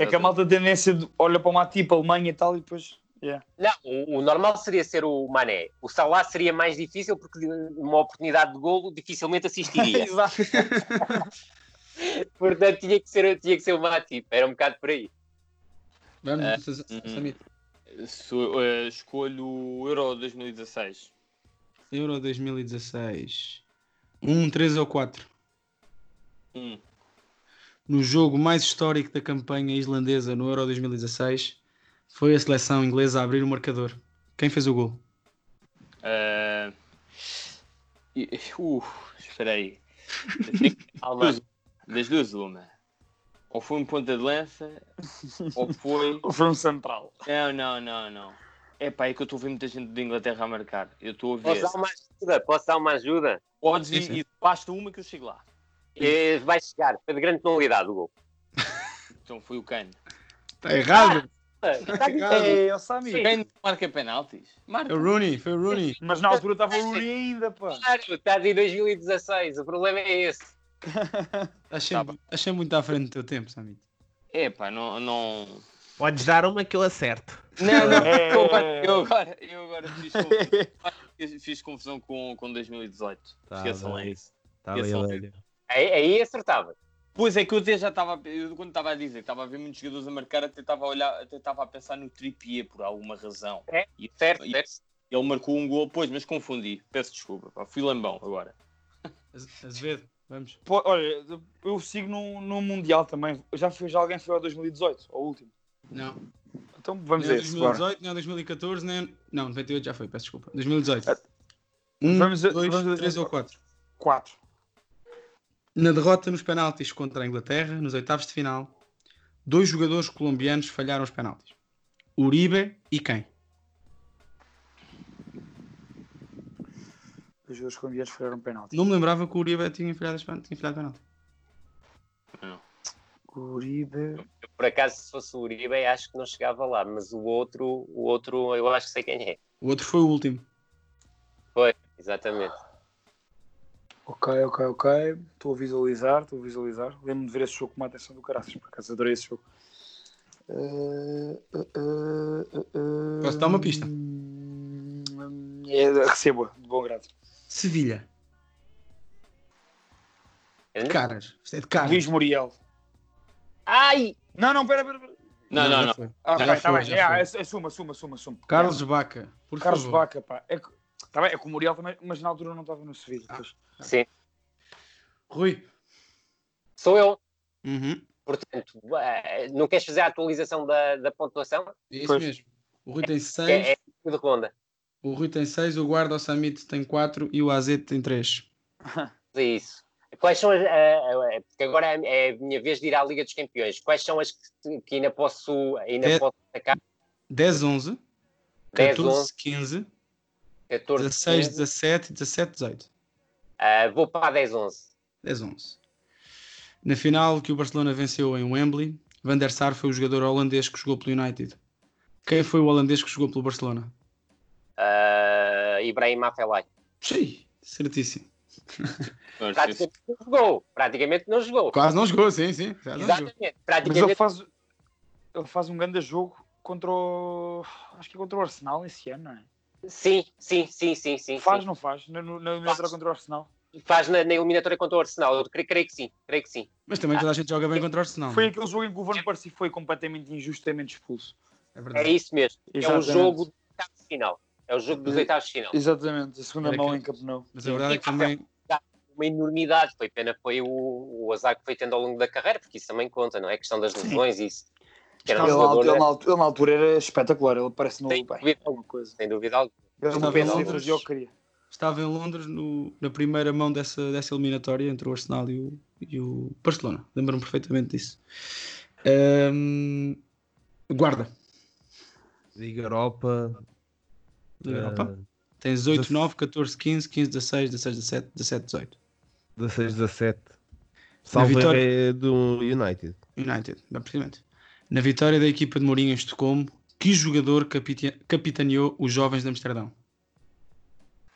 Speaker 8: É que a malta tendência de- olha para o Matip, Alemanha e tal, e depois. Yeah.
Speaker 10: Não, o, o normal seria ser o Mané. O Salah seria mais difícil porque de- uma oportunidade de golo dificilmente assistiria.
Speaker 8: Exato.
Speaker 10: Portanto, tinha que, ser, tinha que ser o Matip. Era um bocado por aí.
Speaker 9: Vamos,
Speaker 11: Ah,
Speaker 9: Sa-
Speaker 11: hum.
Speaker 9: Samir.
Speaker 11: Sou- eh, escolho o Euro 2016.
Speaker 9: Euro 2016. 1, 3 Um, ou 4.
Speaker 8: Um.
Speaker 11: Hum.
Speaker 9: No jogo mais histórico da campanha islandesa no Euro 2016, foi a seleção inglesa a abrir o marcador. Quem fez o gol?
Speaker 11: Ah, e- Uh, espera aí. Tem que- Das duas, uma. Ou foi um ponta de lança, ou foi.
Speaker 8: Ou foi um central.
Speaker 11: Não, não, não, não. É pá, é que eu estou a ver muita gente da Inglaterra a marcar. Eu estou a ver.
Speaker 10: Posso dar uma ajuda? Posso dar uma ajuda?
Speaker 11: Podes e, e basta uma que eu chego lá.
Speaker 10: Eh, vai chegar. Foi de grande penalidade o gol.
Speaker 11: Então foi o Kane.
Speaker 9: Está Tá errado!
Speaker 10: Está
Speaker 8: É, o Sami.
Speaker 11: Kane marca penaltis.
Speaker 9: Foi o Rooney, foi o Rooney.
Speaker 8: Mas na altura estava o Rooney ainda, pá.
Speaker 10: Claro, estás em 2016. O problema é esse.
Speaker 8: Tá
Speaker 9: Achei, achei muito à frente do teu tempo, Samit.
Speaker 11: É pá, não. não...
Speaker 12: Podes dar uma que eu acerto.
Speaker 11: Não, não,
Speaker 9: É.
Speaker 11: eu agora, eu agora, eu agora fiz, confusão, fiz confusão com, com 2018.
Speaker 12: Tá
Speaker 11: Esqueçam lá
Speaker 12: bem.
Speaker 11: isso.
Speaker 12: Tá
Speaker 11: Eu
Speaker 12: bem,
Speaker 11: sou-
Speaker 12: olha.
Speaker 10: Aí, aí acertava.
Speaker 11: Pois é que eu até já estava, eu quando estava a dizer que estava a ver muitos jogadores a marcar, até estava a olhar, até estava a pensar no Trippier por alguma razão.
Speaker 10: É, certo,
Speaker 11: Ele marcou um gol, pois, mas confundi. Peço desculpa, pá, fui lambão agora.
Speaker 9: Azevedo, vamos.
Speaker 8: Pô, olha, eu sigo num, num Mundial também. Já, fui, já alguém foi ao 2018, ao último.
Speaker 9: Não.
Speaker 8: Então vamos
Speaker 9: nem
Speaker 8: a
Speaker 9: a
Speaker 8: esse. agora.
Speaker 9: 2018, nem a 2014, nem. Não, 98 já foi, peço desculpa. 2018.
Speaker 8: Vamos a-
Speaker 9: 2, 3 Um, ou 4.
Speaker 8: 4.
Speaker 9: Na derrota nos penaltis contra a Inglaterra, nos oitavos de final, dois jogadores colombianos falharam os penaltis. Uribe e quem?
Speaker 8: Os jogadores colombianos falharam um penalti.
Speaker 9: Não me lembrava que o Uribe tinha falhado, os pen- tinha falhado penalti.
Speaker 8: Uribe.
Speaker 10: Por acaso, se fosse o Uribe, acho que não chegava lá. Mas o outro, o outro eu acho que sei quem é.
Speaker 9: O outro foi o último.
Speaker 10: Foi, exatamente.
Speaker 8: Ok, ok, ok. Estou a visualizar, estou a visualizar. Lembro-me de ver esse jogo com uma atenção do caraças, por acaso adorei esse jogo. Eh,
Speaker 9: Posso dar uma pista?
Speaker 8: É, recebo de bom grado.
Speaker 9: Sevilha. De caras. Isto é de caras.
Speaker 8: Luís Muriel.
Speaker 10: Ai!
Speaker 8: Não, não, pera, pera, pera.
Speaker 9: Não, não, Já não. foi.
Speaker 8: Ah,
Speaker 9: Já
Speaker 8: bem, tá
Speaker 9: foi,
Speaker 8: bem.
Speaker 9: já
Speaker 8: É,
Speaker 9: foi.
Speaker 8: ass- assumo, assumo, assumo, assumo.
Speaker 9: Carlos Baca. Por
Speaker 8: Carlos
Speaker 9: favor.
Speaker 8: Baca, pá. É que, tá bem, é que o Muriel também, mas na altura não estava no Sevilha.
Speaker 9: Ah.
Speaker 8: pois.
Speaker 10: Sim.
Speaker 9: Rui.
Speaker 10: Sou eu.
Speaker 9: Uhum.
Speaker 10: Portanto, eh, não queres fazer a atualização da, da pontuação?
Speaker 9: É isso mesmo. O Rui tem 6.
Speaker 10: É, é tudo ronda.
Speaker 9: O Rui tem 6, o Guarda, o Samit tem 4 e o AZ tem 3.
Speaker 10: É isso. Quais são as. eh, eh, porque agora é a minha vez de ir à Liga dos Campeões. Quais são as que, que ainda posso ainda
Speaker 9: É-
Speaker 10: posso atacar?
Speaker 9: 10, 11,
Speaker 10: 10,
Speaker 9: 14,
Speaker 10: 11,
Speaker 9: 15,
Speaker 10: 14,
Speaker 9: 16,
Speaker 10: 15.
Speaker 9: 17, 17, 18.
Speaker 10: Ah, vou para a 10, 11.
Speaker 9: 10, 11. Na final que o Barcelona venceu em Wembley, Van der Sar foi o jogador holandês que jogou pelo United. Quem foi o holandês que jogou pelo Barcelona?
Speaker 10: Ah, Ibrahim Afelai.
Speaker 9: Sim, certíssimo.
Speaker 10: Praticamente não jogou. Praticamente não jogou.
Speaker 9: Quase não jogou, sim, sim. Quase não jogou.
Speaker 10: Exatamente.
Speaker 8: Mas ele
Speaker 10: Praticamente.
Speaker 8: faz, ele faz um grande jogo contra o. Acho que é contra o Arsenal esse ano, não é?
Speaker 10: Sim, sim, sim, sim, sim.
Speaker 8: Faz,
Speaker 10: sim.
Speaker 8: não faz? Na, na, na outra contra o Arsenal.
Speaker 10: faz na, na eliminatória contra o Arsenal. Eu cre- creio que sim, creio que sim.
Speaker 9: Mas também toda a gente joga bem contra o Arsenal.
Speaker 8: Foi
Speaker 9: não é?
Speaker 8: aquele jogo em que o Van Persie foi completamente injustamente expulso.
Speaker 9: É
Speaker 10: É isso mesmo. É o
Speaker 8: Exatamente.
Speaker 10: jogo dos oitavos de final. É o jogo dos oitavos de final.
Speaker 8: Exatamente, a segunda
Speaker 10: Era
Speaker 8: mão
Speaker 10: que-
Speaker 8: em Campeonato.
Speaker 9: Mas a verdade é que também.
Speaker 10: Uma enormidade. Foi pena, foi o, o azar que foi tendo ao longo da carreira, porque isso também conta, não é? A questão das lesões e isso. Que
Speaker 8: Ele,
Speaker 10: era
Speaker 8: na
Speaker 10: um jogador,
Speaker 8: altura- ele
Speaker 10: né?
Speaker 8: na altura- ele na altura era espetacular, ele parece novo.
Speaker 10: sem dúvida alguma coisa. Sem dúvida alguma.
Speaker 8: Ele não
Speaker 10: Sem
Speaker 8: vê
Speaker 10: dúvida
Speaker 9: Londres.
Speaker 10: alguma.
Speaker 8: livros e eu queria.
Speaker 9: Estava em Londres no- na primeira mão dessa, dessa eliminatória entre o Arsenal e o, e o Barcelona. Lembro-me perfeitamente disso. Ahm, guarda.
Speaker 12: Liga Europa.
Speaker 9: Liga Europa.
Speaker 12: eh,
Speaker 9: Tens 8, 9, 14, 15, 15, 16, 16, 17, 17, 18.
Speaker 12: 16, 17. Salvo
Speaker 9: vitória-
Speaker 12: erro é do United.
Speaker 9: United, bem precisamente. Na vitória da equipa de Mourinho em Estocolmo, que jogador capite- capitaneou os jovens de Amsterdão?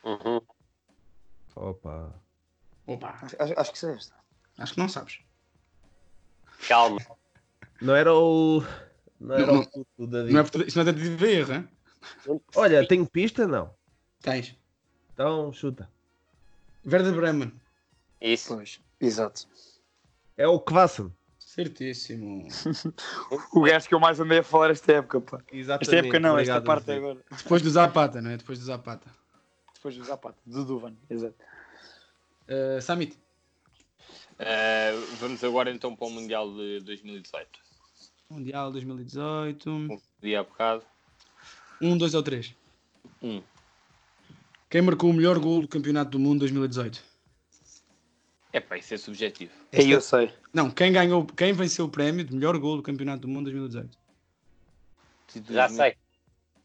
Speaker 10: Uhum.
Speaker 12: Opa.
Speaker 9: Opa,
Speaker 8: Acho, acho que é sei esta.
Speaker 9: acho que não sabes.
Speaker 10: Calma.
Speaker 12: Não era o. Não era
Speaker 9: Não-
Speaker 12: o puto da
Speaker 9: Não é, portu- isto não é tentativa de erro, hein?
Speaker 12: Olha, tenho pista? Não.
Speaker 9: Tens.
Speaker 12: Então chuta.
Speaker 9: Werder Bremen.
Speaker 10: Isso.
Speaker 8: Exato.
Speaker 12: É o Kvassen.
Speaker 9: Certíssimo.
Speaker 8: O gajo que eu mais andei a falar esta época, pá.
Speaker 12: Exatamente.
Speaker 8: Esta época não, esta
Speaker 12: obrigado,
Speaker 8: parte é
Speaker 12: Zé.
Speaker 8: agora.
Speaker 9: Depois do Zapata, não é? Depois do Zapata.
Speaker 8: Depois do Zapata, do Duvan, exato.
Speaker 9: Uh, Samit.
Speaker 11: Eh, vamos agora então para o Mundial de 2018.
Speaker 9: Mundial 2018.
Speaker 11: Dia há bocado.
Speaker 9: Um, dois ou três.
Speaker 11: Um.
Speaker 9: Quem marcou o melhor gol do Campeonato do Mundo 2018?
Speaker 11: É para isso é subjetivo.
Speaker 8: Aí eu sei.
Speaker 9: Não, quem ganhou, quem venceu o prémio de melhor gol do Campeonato do Mundo 2018?
Speaker 10: Já sei.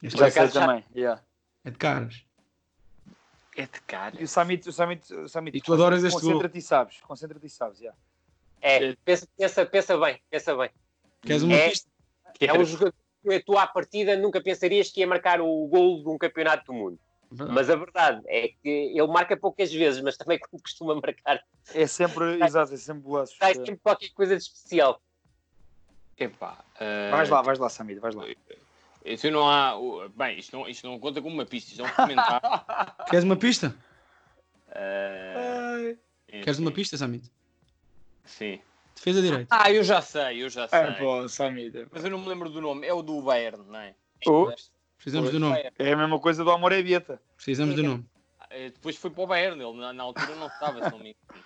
Speaker 9: Este
Speaker 8: Já
Speaker 9: é-
Speaker 8: sei
Speaker 10: acaso já-
Speaker 8: também. yeah.
Speaker 9: é de caras.
Speaker 11: É de cara.
Speaker 8: E o Samit, o Samit, o Samit
Speaker 9: E tu adoras este gol.
Speaker 8: concentra-te e sabes, concentra-te e sabes, yeah.
Speaker 10: É, pensa, pensa, pensa bem, pensa bem.
Speaker 9: Queres uma
Speaker 10: É.
Speaker 9: pista?
Speaker 10: É um jogador que tu à partida nunca pensarias que ia marcar o gol de um campeonato do mundo.
Speaker 8: Ah.
Speaker 10: Mas a verdade é que ele marca poucas vezes, mas também quando costuma marcar,
Speaker 8: É sempre, exato, é sempre golaços.
Speaker 10: sai sempre qualquer coisa de especial.
Speaker 11: Epá, eh,
Speaker 8: Vais lá, vais lá, Samit, vais lá.
Speaker 11: Isso não há. o- Bem, isto não, isto não conta como uma pista, isto é um comentário.
Speaker 9: Queres uma pista?
Speaker 11: Eh,
Speaker 9: Queres uma pista, Samit?
Speaker 11: sim.
Speaker 9: Defesa direita.
Speaker 11: Ah, eu já sei, eu já sei.
Speaker 8: É, pô, Samit. é pá.
Speaker 11: Mas eu não me lembro do nome, é o do Bayern, não é?
Speaker 8: Oh,
Speaker 9: Precisamos do nome.
Speaker 8: é a mesma coisa do Amor é Vieta.
Speaker 9: Precisamos do nome.
Speaker 11: Eh, Depois foi para o Bayern, ele na, na altura não estava, se não me engano.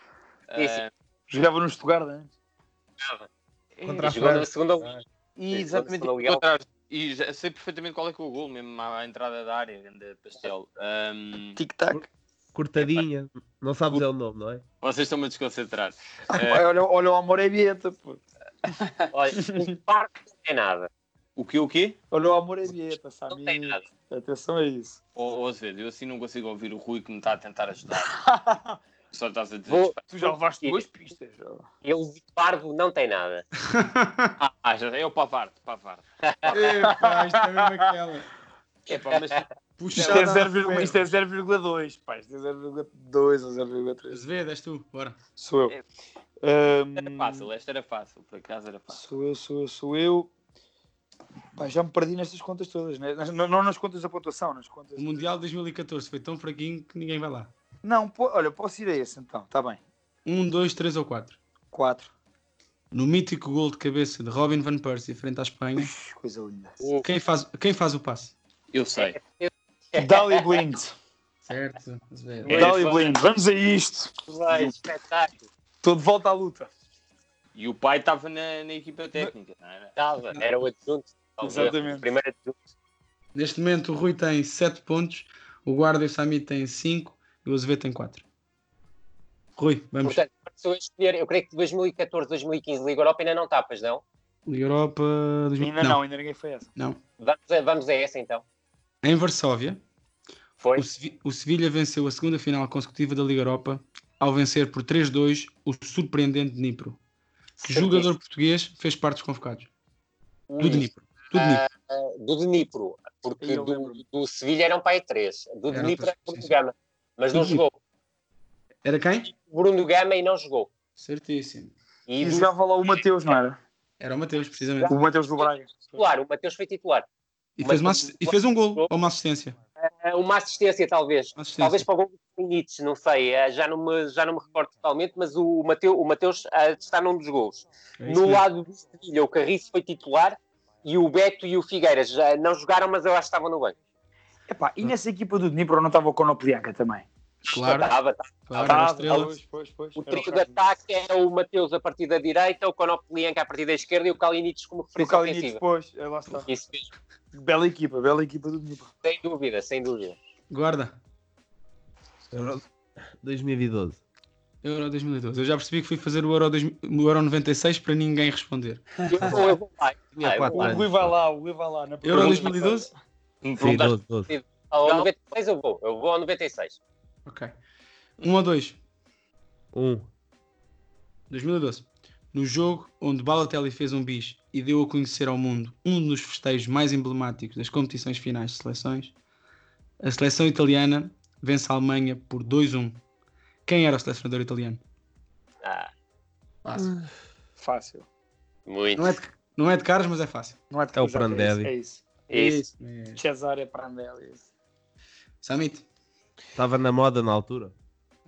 Speaker 10: Isso.
Speaker 11: Eh,
Speaker 8: Jogava no Stuttgart antes.
Speaker 10: É.
Speaker 12: Contra a
Speaker 8: Tá
Speaker 10: Jogou na
Speaker 12: França.
Speaker 10: segunda liga.
Speaker 11: Exatamente.
Speaker 10: Quando aluguel.
Speaker 11: Outra- E já sei perfeitamente qual é que é o gol, mesmo à à entrada da área, grande pastel. Ahm,
Speaker 8: Tic-tac.
Speaker 12: Cortadinha. Não sabes é o nome, não é?
Speaker 11: vocês estão-me a desconcentrar.
Speaker 8: Olha, olha, olha o Amor é Vieta, pô. Ah.
Speaker 10: Olha, um par não tem nada.
Speaker 11: O que, o quê?
Speaker 8: Olha o Amor é Vieta,
Speaker 10: Não tem
Speaker 8: Samit.
Speaker 10: nada.
Speaker 8: Atenção a isso.
Speaker 11: Ou às vezes, eu assim não consigo ouvir o Rui que me está a tentar ajudar. Só estás a dizer.
Speaker 10: Vou-
Speaker 11: disparate.
Speaker 8: Tu já levaste
Speaker 10: Sim.
Speaker 8: duas pistas. já.
Speaker 10: Ele de parvo não tem nada.
Speaker 11: Ah, ah, já, é o Pavard, Pavard.
Speaker 9: Epá, isto é mesmo aquela.
Speaker 11: Epá, É, mas
Speaker 8: Isto
Speaker 9: Puxada
Speaker 8: é
Speaker 9: à
Speaker 8: 0,2, isto
Speaker 9: ferro.
Speaker 8: é 0,2, pá. Isto é 0,2 ou 0,3.
Speaker 9: Azevedo, és tu, bora.
Speaker 8: Sou
Speaker 10: É.
Speaker 8: eu. Ahm,
Speaker 11: era fácil, esta era fácil, por acaso era fácil.
Speaker 8: Sou eu, sou eu, sou eu. Pá, já me perdi nestas contas todas, né? Nas- não, não nas contas da pontuação, nas contas.
Speaker 9: O Mundial de 2014 foi tão fraquinho que ninguém vai lá.
Speaker 8: Não, pô, olha, posso ir a esse então, tá bem.
Speaker 9: Um, dois, três ou quatro.
Speaker 8: 4.
Speaker 9: No mítico gol de cabeça de Robin Van Persie frente à Espanha,
Speaker 8: Coisa linda.
Speaker 9: quem faz, quem faz o passe?
Speaker 11: Eu sei.
Speaker 10: É.
Speaker 8: Dali Blind.
Speaker 9: Certo, Azevedo.
Speaker 11: É,
Speaker 8: Dali
Speaker 11: foi.
Speaker 8: Blind, vamos a isto.
Speaker 10: Vai, espetáculo.
Speaker 8: Estou de volta à luta.
Speaker 11: E o pai estava na, na equipa técnica, não é? era?
Speaker 10: Estava, era o adjunto. talvez,
Speaker 8: Exatamente.
Speaker 10: o Primeiro adjunto.
Speaker 9: Neste momento o Rui tem 7 pontos, o Guarda e o Sami têm 5 e o Azevedo tem 4. Rui, vamos.
Speaker 10: Portanto, se eu escolher, eu creio que 2014, 2015, Liga Europa ainda não tapas, não?
Speaker 9: Liga Europa. 2000.
Speaker 8: Ainda não, ainda ninguém foi essa.
Speaker 9: não.
Speaker 10: Vamos a, vamos a essa então.
Speaker 9: Em Varsóvia,
Speaker 10: Foi?
Speaker 9: o, Sevi- o Sevilha venceu a segunda final consecutiva da Liga Europa ao vencer por 3-2 o surpreendente Dnipro. Que
Speaker 10: Certíssimo.
Speaker 9: jogador português fez parte dos convocados?
Speaker 10: Ui,
Speaker 9: Do Dnipro. Do Dnipro.
Speaker 10: ah, Hum, do Dnipro, porque
Speaker 8: Aí eu
Speaker 10: do,
Speaker 8: lembro-me.
Speaker 10: do Sevilha eram pai 3, do
Speaker 9: Era
Speaker 10: Dnipro
Speaker 9: outras-
Speaker 10: era Bruno
Speaker 9: sim, sim.
Speaker 10: Gama, mas não
Speaker 9: Do
Speaker 10: jogou.
Speaker 9: Era quem?
Speaker 10: Bruno Gama e não jogou.
Speaker 9: Certíssimo.
Speaker 10: E,
Speaker 8: E
Speaker 10: do
Speaker 8: jogava lá o Mateus, não era?
Speaker 9: Era o Mateus, precisamente.
Speaker 8: O Mateus do Braga.
Speaker 10: titular, o Mateus foi titular.
Speaker 9: E fez, uma, assi- e fez um gol ou uma assistência.
Speaker 10: Ah, Uma assistência, talvez.
Speaker 9: Assistência.
Speaker 10: Talvez para o gol do Benítez, não sei, eh, já não me, já não me recordo totalmente, mas o Mateus, o Mateus ah, está num dos gols.
Speaker 13: É isso
Speaker 10: no
Speaker 13: mesmo.
Speaker 10: lado do Sevilha, o Carriço foi titular e o Beto e o Figueiras já não jogaram, mas eu acho que estavam no banco.
Speaker 8: Epá, e nessa equipa do Dnipro não estava o Konoplianka também?
Speaker 10: Claro. Estava, estava.
Speaker 8: Claro,
Speaker 10: Estava,
Speaker 8: era estrela.
Speaker 10: estava.
Speaker 8: Pois, pois, pois.
Speaker 10: O
Speaker 8: Era
Speaker 10: trio
Speaker 8: o
Speaker 10: de ataque é o Mateus a partir da direita, o Konoplianka a partir da esquerda e o Kalinic como
Speaker 8: O
Speaker 10: referência
Speaker 8: Kalinic
Speaker 10: ofensiva.
Speaker 8: depois, eh, lá está.
Speaker 10: Isso mesmo.
Speaker 8: Bela equipa, bela equipa do Dnipro.
Speaker 10: Sem dúvida, sem dúvida.
Speaker 9: Guarda.
Speaker 12: Euro 2012.
Speaker 9: Euro 2012. Eu já percebi que fui fazer o Euro, 2000 o Euro 96 para ninguém responder.
Speaker 10: Eu vou, eu vou lá.
Speaker 9: Tinha quatro
Speaker 8: o
Speaker 9: anos.
Speaker 8: Rui vai lá, o Rui vai lá. Na
Speaker 9: Euro 2012?
Speaker 10: Perguntaste- Ao 96 eu vou, eu vou ao 96.
Speaker 9: Ok. Um ou dois?
Speaker 12: Um.
Speaker 9: 2012. No jogo onde Balotelli fez um bis e deu a conhecer ao mundo um dos festejos mais emblemáticos das competições finais de seleções, a seleção italiana vence a Alemanha por 2-1. Quem era o selecionador italiano?
Speaker 10: Ah,
Speaker 9: Fácil.
Speaker 8: Fácil.
Speaker 10: muito.
Speaker 9: Não é de, não é de caras, mas é fácil.
Speaker 8: Não de
Speaker 12: É o
Speaker 8: Exato,
Speaker 12: Prandelli.
Speaker 8: É isso.
Speaker 10: É isso.
Speaker 9: mesmo.
Speaker 8: Cesare é Prandelli.
Speaker 9: Samit.
Speaker 12: Estava na moda na altura.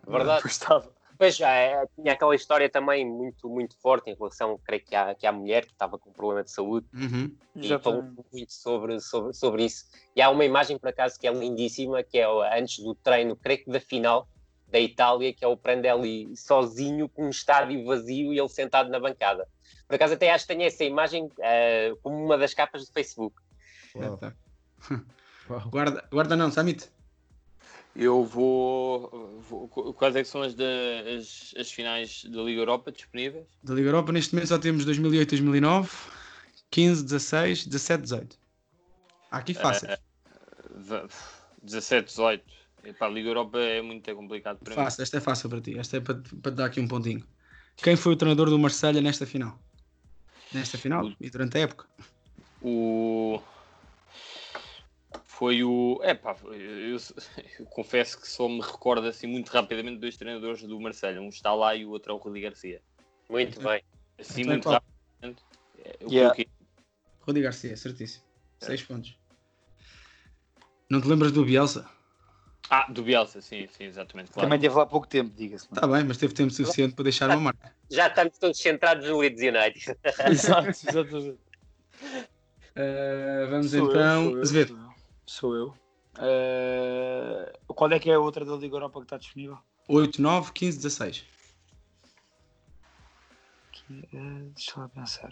Speaker 10: Verdade.
Speaker 8: Gostava.
Speaker 10: Pois já, é, tinha aquela história também muito, muito forte em relação, creio que à, que à mulher que estava com problema de saúde
Speaker 9: Uhum.
Speaker 10: e falou
Speaker 8: Exatamente.
Speaker 10: muito sobre, sobre, sobre isso. E há uma imagem, por acaso, que é lindíssima, que é o- antes do treino, creio que da final da Itália, que é o Prandelli sozinho com um estádio vazio e ele sentado na bancada. Por acaso até acho que tenho essa imagem eh, como uma das capas do Facebook.
Speaker 9: Deve estar. Guarda, guarda não, Samit.
Speaker 11: Eu vou, vou- qu- Quais é que são as, da, as, as finais da Liga Europa disponíveis?
Speaker 9: Da Liga Europa, neste momento só temos 2008, 2009, 15, 16, 17, 18. Há aqui fácil.
Speaker 8: É,
Speaker 11: Eh, eh, 17, 18. Epá, a Liga Europa é muito complicado para mim.
Speaker 9: Fácil, esta é fácil para ti. Esta é para, para te dar aqui um pontinho. Quem foi o treinador do Marselha nesta final? Nesta final e durante a época?
Speaker 11: O. Foi o. Epá, eu, eu confesso que só me recordo assim muito rapidamente dois treinadores do Marselha Um está lá e o outro é o Rudi Garcia.
Speaker 10: Muito bem.
Speaker 11: Assim,
Speaker 9: Então,
Speaker 11: muito
Speaker 9: qual?
Speaker 11: rapidamente. eh, Eu
Speaker 9: Yeah.
Speaker 11: coloquei
Speaker 9: Rodi Garcia, certíssimo.
Speaker 8: É.
Speaker 9: 6 pontos. Não te lembras do Bielsa?
Speaker 11: Ah, do Bielsa, sim, sim, exatamente. Claro.
Speaker 8: Também teve lá pouco tempo, diga-se.
Speaker 9: Está Tá bem, mas teve tempo suficiente para deixar uma marca.
Speaker 10: Já estamos todos centrados no Leeds United.
Speaker 8: Exato, exatamente.
Speaker 9: Eh, vamos
Speaker 8: É, Sou eu,
Speaker 9: então.
Speaker 8: sou eu,
Speaker 9: Azevedo.
Speaker 8: Sou eu. Eh, qual é que é a outra da Liga Europa que está disponível?
Speaker 9: 8, 9, 15, 16.
Speaker 8: Aqui, eh, deixa lá pensar.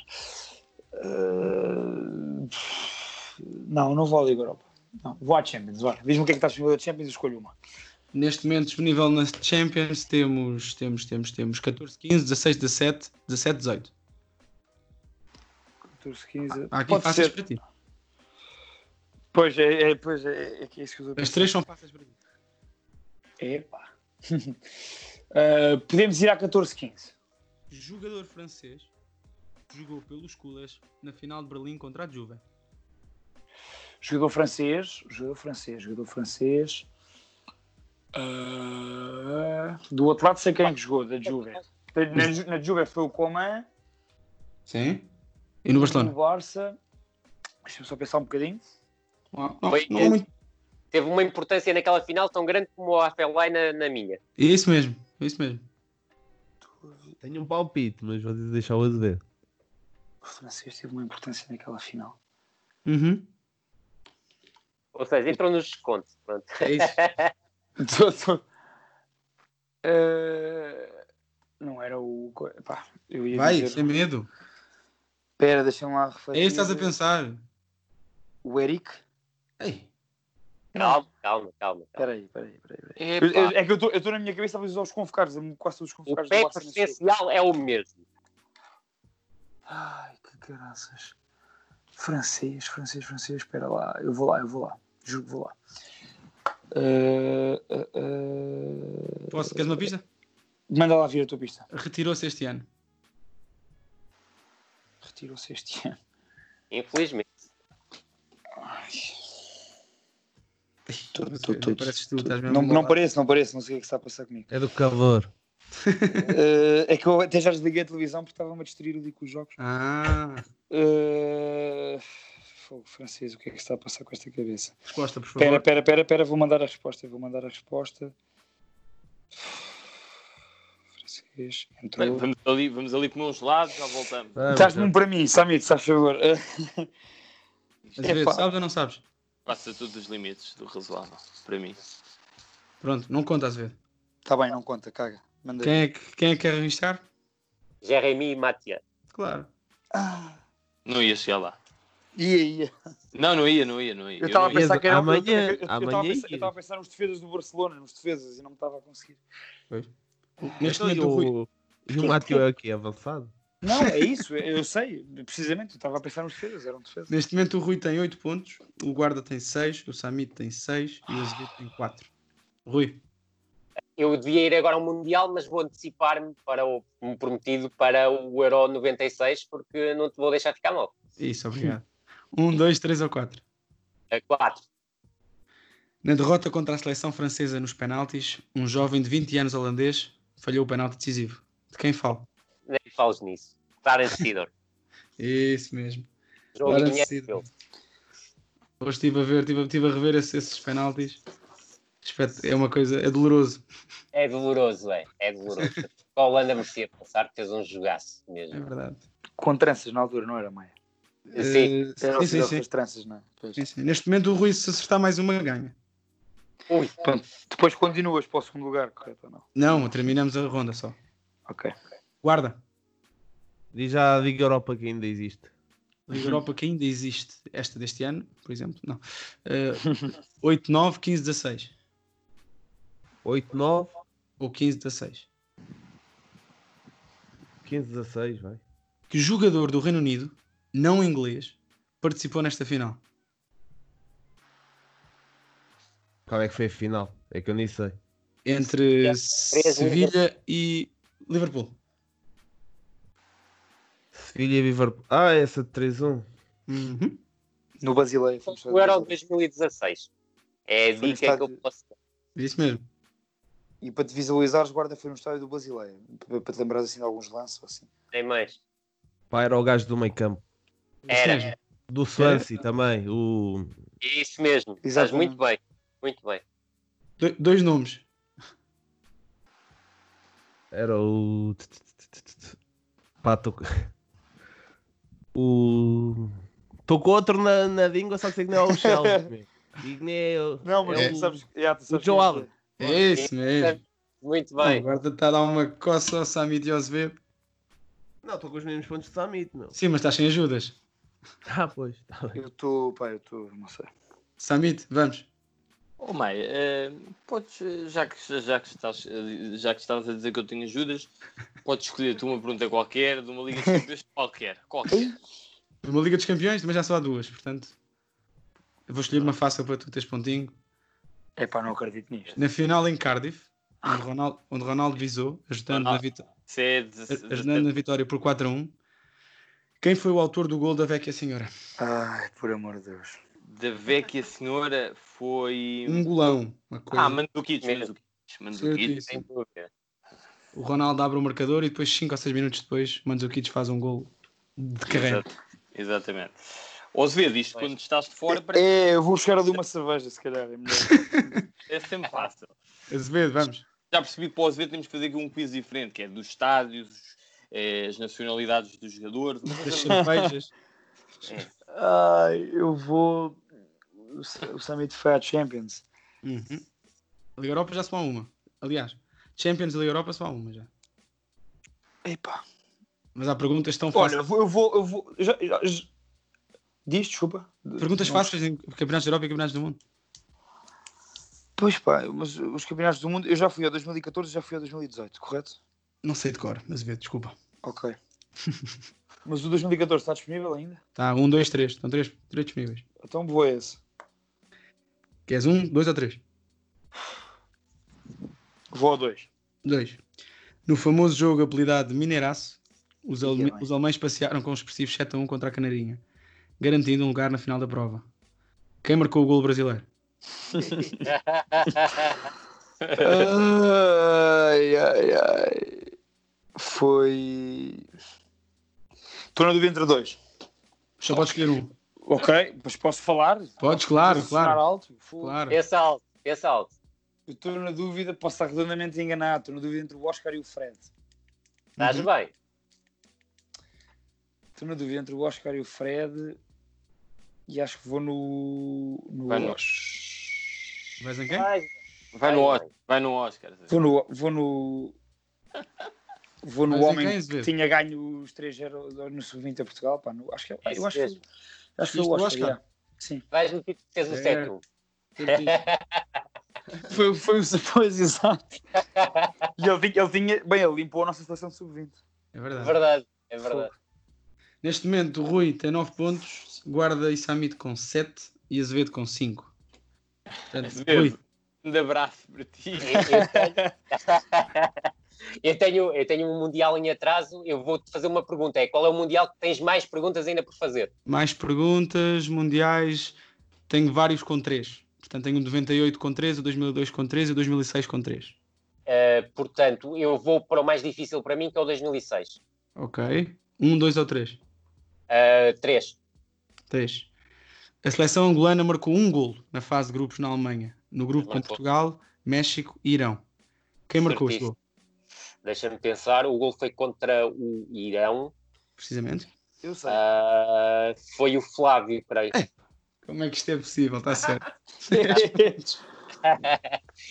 Speaker 8: Eh, não, não vou à Liga Europa. Não, vou à Champions, vá. Diz-me o que é que está disponível da Champions e escolho uma.
Speaker 9: Neste momento disponível na Champions temos, temos, temos, temos 14, 15, 16, 17, 17, 18.
Speaker 8: 14, 15.
Speaker 9: Há aqui
Speaker 8: Pode
Speaker 9: fáceis
Speaker 8: ser.
Speaker 9: para ti.
Speaker 8: Pois é, é, pois é, é que é isso que eu estou a
Speaker 9: As
Speaker 8: pensar.
Speaker 9: três são fáceis para ti.
Speaker 8: Epá. Eh, podemos ir à 14, 15.
Speaker 9: Jogador francês jogou pelos culés na final de Berlim contra a Juve.
Speaker 8: Jogador francês, jogador francês, jogador francês. Ah, do outro lado sei quem é que jogou, da Juve. Na, na Juve foi o Coman,
Speaker 9: Sim. E no
Speaker 8: o
Speaker 9: Barcelona?
Speaker 8: Barça. Deixa-me só pensar um bocadinho.
Speaker 10: Foi- Teve uma importância naquela final tão grande como o Afelai na, na minha.
Speaker 9: É isso mesmo, é isso mesmo.
Speaker 12: Tenho um palpite, mas vou deixar o Azevedo.
Speaker 8: O francês teve uma importância naquela final.
Speaker 9: Uhum.
Speaker 10: Ou seja, entrou nos descontos. Pronto.
Speaker 9: É isso.
Speaker 8: Tô- tô- Ah, não era o. co- Epá, eu ia
Speaker 9: Vai,
Speaker 8: dizer.
Speaker 9: sem medo.
Speaker 8: Espera, deixa-me lá
Speaker 9: É
Speaker 8: refletir.
Speaker 9: isso que estás a pensar.
Speaker 8: O Eric.
Speaker 10: Calma, calma, calma.
Speaker 8: Espera aí, espera aí. Espera aí.
Speaker 10: É,
Speaker 8: Eu- eu- É que eu estou na minha cabeça a usar os convocados, eu me- quase todos os
Speaker 10: O
Speaker 8: convocados do
Speaker 10: pé
Speaker 8: Barça nesse jogo.
Speaker 10: preferencial é o mesmo.
Speaker 8: Ai, que caraças. Francês, francês, francês, espera lá. Eu vou lá, eu vou lá. Juro que vou lá. Ah, ah, ah.
Speaker 9: Posso, queres uma pista?
Speaker 8: Manda lá vir a tua pista.
Speaker 9: Retirou-se este ano.
Speaker 8: Retirou-se este ano.
Speaker 10: Infelizmente.
Speaker 9: Pareces tu, estás mesmo
Speaker 8: Não, não
Speaker 9: bolado.
Speaker 8: parece, não parece, não sei o que é que está a passar comigo.
Speaker 12: É do calor.
Speaker 8: Ah, é que eu até já desliguei a televisão porque estava-me a destruir ali com os jogos.
Speaker 9: Ah,
Speaker 8: Ah, fogo francês, o que é que está a passar com esta cabeça?
Speaker 9: resposta, por favor.
Speaker 8: Espera, espera, espera, espera, vou mandar a resposta, vou mandar a resposta. Francês,
Speaker 11: Bem, vamos, ali, vamos ali comer uns lados, já voltamos.
Speaker 12: Ah, é.
Speaker 8: Estás-me Tá para mim, Samir, se faz favor. Ah,
Speaker 11: Às vezes, sabes
Speaker 9: ou não sabes?
Speaker 11: Passa tudo dos limites do razoável, para mim.
Speaker 9: Pronto, não conta às vezes.
Speaker 8: Está tá bem, não conta, caga. Manda
Speaker 9: Quem é, que- quem é que quer arriscar?
Speaker 10: Jeremy e Matia.
Speaker 9: Claro.
Speaker 11: Não ia chegar lá.
Speaker 8: Ia, ia.
Speaker 11: Não, não ia, não ia, não ia.
Speaker 8: Eu estava a
Speaker 11: não ia.
Speaker 8: pensar que era um eu- eu- eu- eu tava a pensar- Eu estava a pensar nos defesas do Barcelona, nos defesas, e não me estava a conseguir.
Speaker 9: Neste
Speaker 12: Então, e
Speaker 9: momento, o Rui-
Speaker 12: o, e o Mateo é o quê? Avançado?
Speaker 8: Não, é isso, eu eu sei, precisamente. Eu estava a pensar nos defesas, um eram defesas.
Speaker 9: Neste momento o Rui tem 8 pontos, o Guarda tem 6, o Samit tem 6 e o Azevedo tem 4. Rui,
Speaker 10: Eu devia ir agora ao Mundial, mas vou antecipar-me para o como prometido para o Euro 96, porque não te vou deixar ficar mal.
Speaker 9: isso, obrigado. 1, 2, 3 ou 4.
Speaker 10: A 4.
Speaker 9: Na derrota contra a seleção francesa nos penaltis, um jovem de 20 anos holandês falhou o penalti decisivo. De quem falo?
Speaker 10: Nem fales nisso. Clarence Seedorf.
Speaker 9: Isso mesmo.
Speaker 10: Jogo
Speaker 9: Clarence
Speaker 10: dinheiro
Speaker 9: Seedorf.
Speaker 10: dele.
Speaker 9: Hoje estive a ver, estive, estive a rever esse- esses penaltis. Espet- É uma coisa, é doloroso.
Speaker 10: É doloroso, é. É doloroso. Com a Holanda merecia passar, porque fez um jogaço mesmo.
Speaker 9: É verdade.
Speaker 8: Com tranças na altura, não era, Maia? É,
Speaker 10: Sim.
Speaker 9: Eh,
Speaker 8: Era o
Speaker 9: sim, sim,
Speaker 8: Seedorf
Speaker 9: sim.
Speaker 8: das tranças, não é? Pois.
Speaker 9: Sim, sim. Neste momento o Rui, se acertar mais uma, ganha.
Speaker 8: Pronto, depois continuas para o segundo lugar, correto ou não?
Speaker 9: Não, terminamos a ronda só.
Speaker 8: Ok.
Speaker 9: Guarda.
Speaker 12: Diz já a Liga Europa que ainda existe.
Speaker 9: Liga Europa que ainda existe, esta deste ano, por exemplo, não. Eh, 8, 9, 15, 16.
Speaker 12: 8, 9,
Speaker 9: Ou 15, 16.
Speaker 12: 15, 16, vai.
Speaker 9: Que jogador do Reino Unido, não inglês, participou nesta final?
Speaker 12: Qual é que foi a final? É que eu nem sei.
Speaker 9: Entre
Speaker 12: três,
Speaker 9: Sevilha e Liverpool.
Speaker 12: Sevilha e Liverpool. Ah, essa de 3-1.
Speaker 9: Uhum.
Speaker 8: No Basileia.
Speaker 10: O Euro 2016. É a
Speaker 8: Foi no
Speaker 10: dica que eu
Speaker 8: estádio-
Speaker 10: posso dar.
Speaker 9: É Isso mesmo.
Speaker 8: E para te visualizares, guarda foi no estádio do Basileia. Para para te lembrares assim de alguns lances ou assim.
Speaker 10: Nem mais.
Speaker 12: Pá, era o gajo do meio campo.
Speaker 9: É
Speaker 10: Era.
Speaker 12: Do Swansea também. O...
Speaker 10: É Isso mesmo. Estás muito bem. Muito bem.
Speaker 9: Do- dois nomes.
Speaker 12: Era o. Pá, tô... O. Estou com outro na, na língua, só sei que não é o Shelby. meu. E que nem é o-
Speaker 8: Não, mas
Speaker 12: é
Speaker 8: tu
Speaker 12: o-
Speaker 8: sabes, já, tu
Speaker 12: o
Speaker 8: sabes
Speaker 12: Joe
Speaker 8: quem é
Speaker 12: Allen.
Speaker 9: É isso mesmo.
Speaker 10: Muito
Speaker 9: Agora
Speaker 10: bem.
Speaker 9: está a dar uma coça ao Samit e ao Azevedo.
Speaker 12: Não, estou com os mesmos pontos de Summit, meu.
Speaker 9: Sim, mas estás sem ajudas.
Speaker 12: Ah, pois. Tá bem.
Speaker 8: Eu estou, pá, eu estou, não sei.
Speaker 9: Samit, vamos.
Speaker 11: Oh, Maia, eh, podes, eh, já que, já, que estás, eh, já que estás a dizer que eu tenho ajudas, podes escolher tu uma pergunta qualquer, de uma liga de campeões qualquer. qualquer.
Speaker 9: Uma Liga dos Campeões, mas já só há duas, portanto. Eu vou escolher uma fácil para tu teres pontinho.
Speaker 8: É pá, não acredito nisto.
Speaker 9: Na final em Cardiff, onde Ronaldo, onde Ronaldo visou, ajudando, na, vito-
Speaker 11: Se é dezesse-
Speaker 9: ajudando na vitória por 4 a 1. Quem foi o autor do gol da Vecchia Senhora?
Speaker 8: Ai, por amor de Deus.
Speaker 11: da Vecchia Senhora foi.
Speaker 9: Um golão. Uma coisa.
Speaker 11: Ah, Manduquitos, Manduquitos, Manduquitos.
Speaker 9: Certíssimo. O Ronaldo abre o marcador e depois 5 ou 6 minutos depois, Mandzukic faz um gol de carreira.
Speaker 11: Exato. Exatamente. Osvedo, isto quando estás de fora parece
Speaker 8: É, eu vou chegar ali uma cerveja, se calhar. É melhor.
Speaker 11: é sempre fácil.
Speaker 9: Azevedo, vamos.
Speaker 11: Já percebi que para o Azevedo temos que fazer aqui um quiz diferente, que é dos estádios, eh, as nacionalidades dos jogadores. uma
Speaker 9: Das
Speaker 11: coisa-
Speaker 9: cervejas.
Speaker 8: Ai, eu vou. O Sa- o Summit foi à Champions.
Speaker 9: Uhum. Liga Europa já só há uma. Aliás, Champions e Liga Europa só há uma já.
Speaker 8: Epá.
Speaker 9: Mas há perguntas tão
Speaker 8: Olha,
Speaker 9: fáceis.
Speaker 8: eu vou. Eu vou, eu vou já, já- já- Diz, desculpa.
Speaker 9: Perguntas
Speaker 8: Não-
Speaker 9: fáceis em campeonatos da Europa e campeonatos do mundo.
Speaker 8: Pois pá, mas os campeonatos do mundo. Eu já fui ao 2014 e já fui ao 2018, correto?
Speaker 9: Não sei de cor, mas vê, desculpa.
Speaker 8: Ok. mas o 2014 está disponível ainda?
Speaker 9: Tá, um, dois, três. Estão três, três disponíveis.
Speaker 8: Então vou a esse.
Speaker 9: Queres um, dois ou três?
Speaker 8: Vou ao 2.
Speaker 9: Dois. No famoso jogo apelidado de Mineiraço, os, aleme-
Speaker 8: bem.
Speaker 9: os alemães passearam com os expressivos 7 a 1 contra a Canarinha, garantindo um lugar na final da prova. Quem marcou o golo brasileiro?
Speaker 8: ai, ai, ai. Foi. Estou na dúvida entre dois.
Speaker 9: Só podes escolher um.
Speaker 8: Ok, mas posso falar?
Speaker 9: Podes, claro,
Speaker 8: Posso sonar
Speaker 9: claro.
Speaker 8: alto? Fogo.
Speaker 9: claro.
Speaker 10: Pensa alto. Pensa alto.
Speaker 8: Eu estou na dúvida, posso estar redondamente enganado, estou na dúvida entre o Oscar e o Fred.
Speaker 10: Estás
Speaker 8: Uhum.
Speaker 10: bem?
Speaker 8: Estou na dúvida entre o Oscar e o Fred e acho que vou no. no
Speaker 11: Vai no-
Speaker 9: Vais em quem?
Speaker 11: Vai no Oscar. Vai no Oscar.
Speaker 8: Vou no. Vou no, vou no
Speaker 11: Mas em
Speaker 8: homem
Speaker 11: quem se vê?
Speaker 8: que tinha ganho os 3-0 no Sub-20 a Portugal. Pá, no- acho que, eu acho que, acho que foi o
Speaker 10: Isto
Speaker 8: Oscar.
Speaker 10: do Oscar?
Speaker 8: yeah. Sim.
Speaker 10: Vais no título que fez o
Speaker 8: É.
Speaker 10: século.
Speaker 9: É
Speaker 8: Foi, foi o Sapões, exato. E ele tinha, ele tinha. Bem, ele limpou a nossa seleção sub-20.
Speaker 9: É verdade.
Speaker 10: verdade, é verdade.
Speaker 9: Neste momento, o Rui tem 9 pontos, Guarda e Samit com 7 e Azevedo com 5. Portanto, Rui,
Speaker 11: Um abraço para ti.
Speaker 10: Eu tenho, eu tenho um Mundial em atraso. Eu vou-te fazer uma pergunta: é qual é o Mundial que tens mais perguntas ainda por fazer?
Speaker 9: mais perguntas, mundiais. Tenho vários com 3. Portanto, tenho um o 98 com 3, o 2002 com 3 e um o 2006 com 3.
Speaker 10: Uh, portanto, eu vou para o mais difícil para mim, que é o 2006.
Speaker 9: Ok. 1, 2 ou 3?
Speaker 10: Uh, 3.
Speaker 9: 3. A seleção angolana marcou um golo na fase de grupos na Alemanha. No grupo com
Speaker 10: Marcou.
Speaker 9: Portugal, México e Irão. Quem marcou este
Speaker 10: Certíssimo.
Speaker 9: gol,
Speaker 10: Deixa-me pensar. O gol foi contra o Irão. Ah,
Speaker 9: precisamente?
Speaker 8: Eu sei.
Speaker 10: foi o Flávio, peraí.
Speaker 9: Como é que isto é possível? Está certo.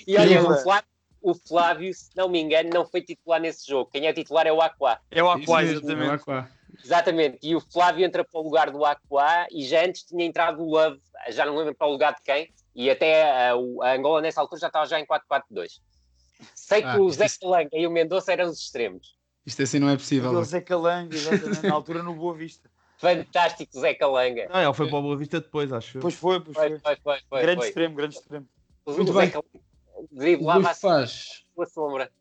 Speaker 10: e olha,
Speaker 9: Sim,
Speaker 10: o
Speaker 9: é.
Speaker 10: Flávio, o Flávio, se não me engano, não foi titular nesse jogo. Quem é titular é o Aquá.
Speaker 8: É o Aquá,
Speaker 9: Isso mesmo,
Speaker 8: exatamente.
Speaker 9: é o Aquá.
Speaker 10: Exatamente. E o Flávio entra para o lugar do Aquá e já antes tinha entrado o Love, já não lembro para o lugar de quem. E até ah, o- a Angola nessa altura já estava já em 4-4-2. Sei que
Speaker 9: Ah,
Speaker 10: o Zé Calanca e o Mendonça eram os extremos.
Speaker 9: Isto assim não é possível.
Speaker 8: Aquele Zé Calango, exatamente, na altura no Boa Vista.
Speaker 10: Fantástico Zé Calanga.
Speaker 12: Ah, ele foi para o Boa Vista depois, acho eu.
Speaker 8: Pois foi, pois foi.
Speaker 10: Foi, foi, foi,
Speaker 8: grande
Speaker 10: foi.
Speaker 8: extremo, grande extremo.
Speaker 10: O
Speaker 9: Muito
Speaker 10: Zé
Speaker 9: bem.
Speaker 10: Calanca
Speaker 9: O Rui
Speaker 10: driblava a
Speaker 9: faz.
Speaker 10: sua sombra.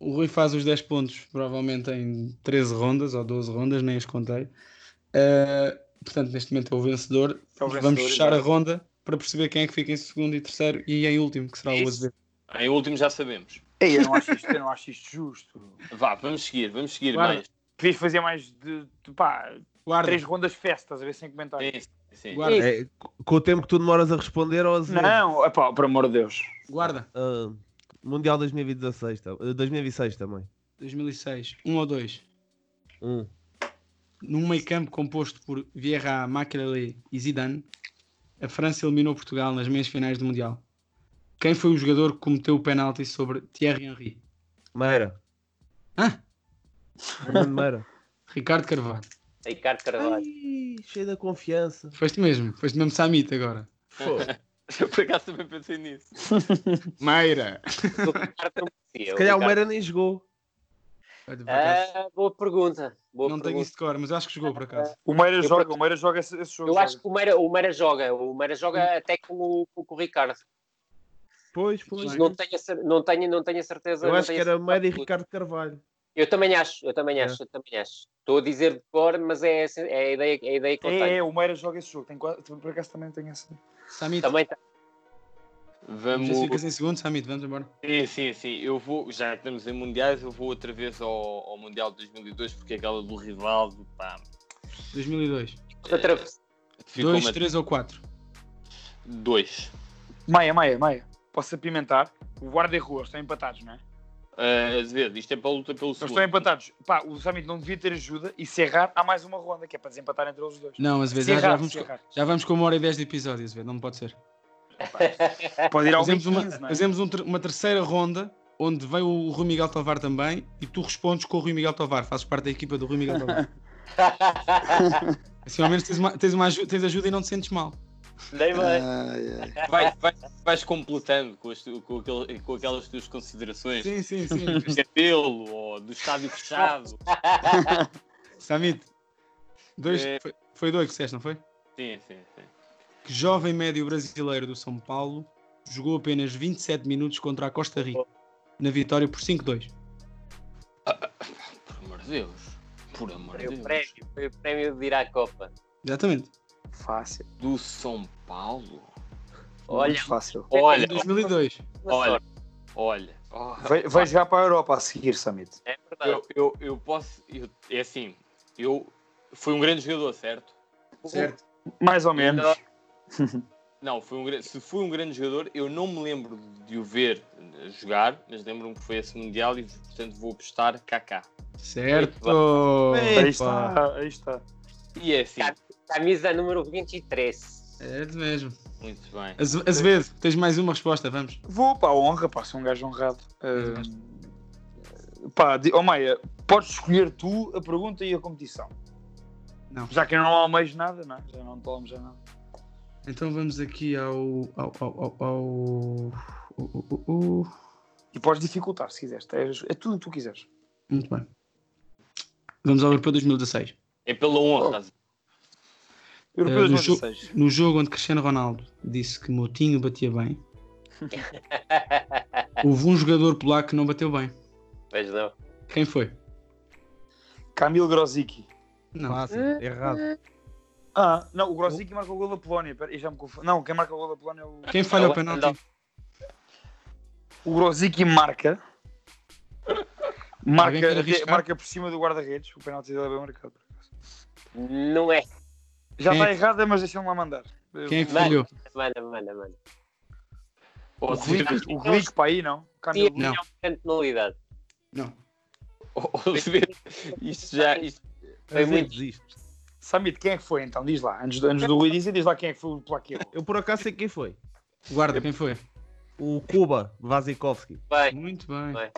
Speaker 9: O Rui faz os 10 pontos, provavelmente em 13 rondas ou 12 rondas, nem as contei. Uh, portanto, neste momento é o vencedor.
Speaker 11: É o vencedor,
Speaker 9: Vamos fechar a
Speaker 11: exato.
Speaker 9: ronda para perceber quem é que fica em segundo e terceiro e em último, que será o
Speaker 11: Isso.
Speaker 9: Azevedo.
Speaker 11: Em último já sabemos.
Speaker 8: Ei, eu não acho isto, eu não acho isto justo.
Speaker 11: Vá, vamos seguir, vamos seguir
Speaker 8: Guarda.
Speaker 11: mais.
Speaker 8: Querias fazer mais de, de pá,
Speaker 9: Guarda.
Speaker 8: três rondas festas, a ver sem comentários.
Speaker 11: Sim,
Speaker 12: Guarda. É, com o tempo que tu demoras a responder ao Azevedo.
Speaker 8: Não, é epá, por amor de Deus.
Speaker 9: Guarda.
Speaker 12: Ah, Mundial 2016, tá- eh, 2006 também.
Speaker 9: 2006, 1 um ou 2.
Speaker 12: Um.
Speaker 9: Num meio campo composto por Vieira, Makelele e Zidane, a França eliminou Portugal nas meias finais do Mundial. Quem foi o jogador que cometeu o penalti sobre Thierry Henry?
Speaker 12: Meira.
Speaker 9: Hã?
Speaker 12: Fernando Meira.
Speaker 9: Ricardo Carvalho.
Speaker 10: Ricardo Carvalho.
Speaker 12: Ih, cheio da confiança.
Speaker 9: Foste mesmo, foste mesmo Samit agora.
Speaker 11: Eu por acaso também pensei nisso.
Speaker 9: Meira.
Speaker 10: É
Speaker 12: Se calhar o Meira nem jogou.
Speaker 10: Ah, boa pergunta. Boa
Speaker 9: Não tenho
Speaker 10: pergunta.
Speaker 9: isso de cor, mas acho que jogou por acaso.
Speaker 8: O Meira
Speaker 10: Eu, por
Speaker 8: joga,
Speaker 10: acaso-
Speaker 8: o Meira joga esse, esse jogo.
Speaker 10: Eu acho que o Meira, o Meira joga, o Meira joga até com o, com o Ricardo.
Speaker 12: Pois,
Speaker 10: Mas
Speaker 12: pois.
Speaker 10: Não tenho, a cer- não, tenho, não tenho a certeza.
Speaker 12: Eu
Speaker 10: não
Speaker 12: acho que
Speaker 10: tenho
Speaker 12: era
Speaker 10: a
Speaker 12: É.
Speaker 10: certeza
Speaker 12: Meira e
Speaker 10: absoluta.
Speaker 12: Ricardo Carvalho.
Speaker 10: Eu também acho, eu também acho, eu também acho. Estou a dizer de cor, mas é, essa- é, a, ideia, é a ideia que eu
Speaker 8: É,
Speaker 10: tenho.
Speaker 8: é, o Meira joga esse jogo. Tem quase, por acaso também tem essa.
Speaker 9: Samit,
Speaker 10: Também tá-
Speaker 11: Vamos.
Speaker 9: já ficas em segundo, Samit, vamos embora.
Speaker 11: Sim, sim, sim. Eu vou, já que estamos em Mundiais, eu vou outra vez ao, ao Mundial de 2002, porque aquela do Rivaldo, pá,
Speaker 9: 2002.
Speaker 10: Outra-
Speaker 9: 2, 3 ou 4?
Speaker 11: 2.
Speaker 8: Maia, Maia, Maia. Posso apimentar? O guarda e rua estão empatados, não é?
Speaker 11: Azevedo, isto é para a luta pelo
Speaker 8: Eles
Speaker 11: segundo.
Speaker 8: estão empatados. Pá, o Samit não devia ter ajuda e se errar, há mais uma ronda que é para desempatar entre eles dois.
Speaker 9: Não, às vezes
Speaker 8: Se
Speaker 9: já, já
Speaker 8: errar,
Speaker 9: vamos,
Speaker 8: se
Speaker 9: com-
Speaker 8: errar.
Speaker 9: já vamos com uma hora e 10 de episódios, Azevedo, não pode ser.
Speaker 8: Pode ir ao
Speaker 9: fazemos uma,
Speaker 8: 15, não é?
Speaker 9: fazemos um ter- uma terceira ronda onde vem o Rui Miguel Tovar também e tu respondes com o Rui Miguel Tovar, fazes parte da equipa do Rui Miguel Tovar. assim ao menos tens, uma- tens, uma aju- tens ajuda e não te sentes mal.
Speaker 10: Dei bem.
Speaker 11: Vai, vai, vais completando com, as tu- com, aquele- com aquelas tuas considerações.
Speaker 9: Sim, sim, sim.
Speaker 11: Do cabelo ou do estádio fechado.
Speaker 9: Samit, dois,
Speaker 11: É.
Speaker 9: foi, foi dois que disseste, não foi?
Speaker 11: Sim, sim, sim.
Speaker 9: Que jovem médio brasileiro do São Paulo jogou apenas 27 minutos contra a Costa Rica na vitória por 5-2.
Speaker 11: Por amor de Deus. Por amor de
Speaker 10: Foi o
Speaker 11: Deus.
Speaker 10: prémio, foi o prémio de ir à Copa.
Speaker 9: Exatamente.
Speaker 8: Fácil.
Speaker 11: Do São Paulo?
Speaker 10: Olha,
Speaker 8: fácil.
Speaker 11: Olha,
Speaker 9: Em 2002.
Speaker 11: olha, olha. Oh,
Speaker 8: Vai, vai jogar para a Europa a seguir, Samit.
Speaker 10: é verdade.
Speaker 11: eu, eu, eu posso. eu- é assim, eu fui um grande jogador, certo?
Speaker 9: Certo.
Speaker 8: Mais ou menos.
Speaker 11: Não, foi um, gra- se foi um grande jogador, eu não me lembro de o ver eh, jogar, mas lembro-me que foi esse Mundial e, portanto, vou apostar Kaká.
Speaker 9: Certo!
Speaker 8: Aí
Speaker 9: Pá.
Speaker 8: está, aí está.
Speaker 11: E é assim.
Speaker 10: Camisa número 23.
Speaker 9: É mesmo.
Speaker 11: Muito bem.
Speaker 9: Aze- Azevedo, tens mais uma resposta, vamos.
Speaker 8: Vou para a honra, pá, sou um gajo honrado. Ah, pá, di- oh Maia, podes escolher tu a pergunta e a competição.
Speaker 9: Não.
Speaker 8: Já que eu não almejo nada, não é? Já não tomo já nada.
Speaker 9: Então vamos aqui ao. ao, ao, ao, ao- o- o- o- o-
Speaker 8: E podes dificultar se quiseres. É, é tudo o que tu quiseres.
Speaker 9: Muito bem. Vamos ao Europeu 2016.
Speaker 11: É pela honra.
Speaker 9: Eh,
Speaker 8: Europeu
Speaker 9: no, jo-
Speaker 8: 2016.
Speaker 9: no jogo onde Cristiano Ronaldo disse que Moutinho batia bem, houve um jogador polaco que não bateu bem.
Speaker 10: Pois não.
Speaker 9: Quem foi?
Speaker 8: Camilo Grozicki.
Speaker 9: Não.
Speaker 12: Fácil, errado.
Speaker 8: Ah, não, o Grozicki marca o gol da Polónia. Pera, eu já me confundo. Não, quem marca o gol da Polónia é o.
Speaker 9: Quem falha o penalti?
Speaker 8: O Grozicki marca. Marca,
Speaker 9: Alguém quer
Speaker 8: até-
Speaker 9: arriscar?
Speaker 8: marca por cima do guarda-redes. O penalti dele é bem marcado.
Speaker 10: Não é.
Speaker 8: Já
Speaker 9: Quem
Speaker 8: está
Speaker 9: é que-
Speaker 8: errada, mas deixa-me lá mandar.
Speaker 9: Quem é que
Speaker 10: Manda,
Speaker 9: falhou?
Speaker 10: manda, manda, manda.
Speaker 11: Ou
Speaker 8: O
Speaker 11: seja,
Speaker 8: Glick, o Glick para aí, não?
Speaker 10: Tinha
Speaker 8: Camilo.
Speaker 9: Não.
Speaker 10: não. personalidade.
Speaker 9: Não.
Speaker 11: ou seja, isto já. Isto,
Speaker 10: Foi
Speaker 12: Às
Speaker 10: muito-
Speaker 12: vezes isto.
Speaker 8: Samit, quem é que foi então? Diz lá. Antes, do- antes do Rui dizer, diz lá quem é que foi o plaqueiro.
Speaker 9: Eh,
Speaker 12: Eu por acaso sei quem foi.
Speaker 9: Guarda, quem foi?
Speaker 12: O Cuba Vazikovski.
Speaker 10: Bem,
Speaker 9: Muito bem.
Speaker 10: Bem.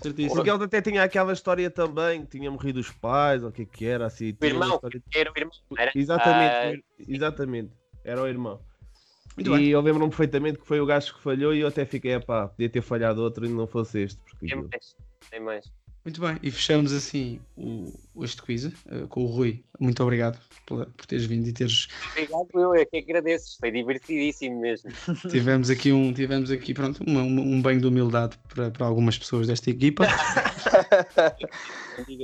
Speaker 9: Certíssimo.
Speaker 12: Porque ele até tinha aquela história também, que tinha morrido os pais, ou o que que era, assim. tinha uma
Speaker 10: irmão. Ah,
Speaker 12: história-
Speaker 10: era o irmão. Era,
Speaker 12: Exatamente, exatamente. Era o irmão.
Speaker 9: Muito
Speaker 12: e
Speaker 9: bem.
Speaker 12: eu lembro-me perfeitamente que foi o gajo que falhou e eu até fiquei, pá, podia ter falhado outro e não fosse este. Porque
Speaker 10: Ah, tem
Speaker 12: eu-
Speaker 10: mais. Tem mais.
Speaker 9: Muito bem. E fechamos assim o, este quiz eh, com o Rui. Muito obrigado pela- por teres vindo e teres
Speaker 10: Obrigado, eu é que agradeço. Foi divertidíssimo mesmo.
Speaker 9: Tivemos aqui um, tivemos aqui, pronto, uma- uma- um banho de humildade para, para algumas pessoas desta equipa.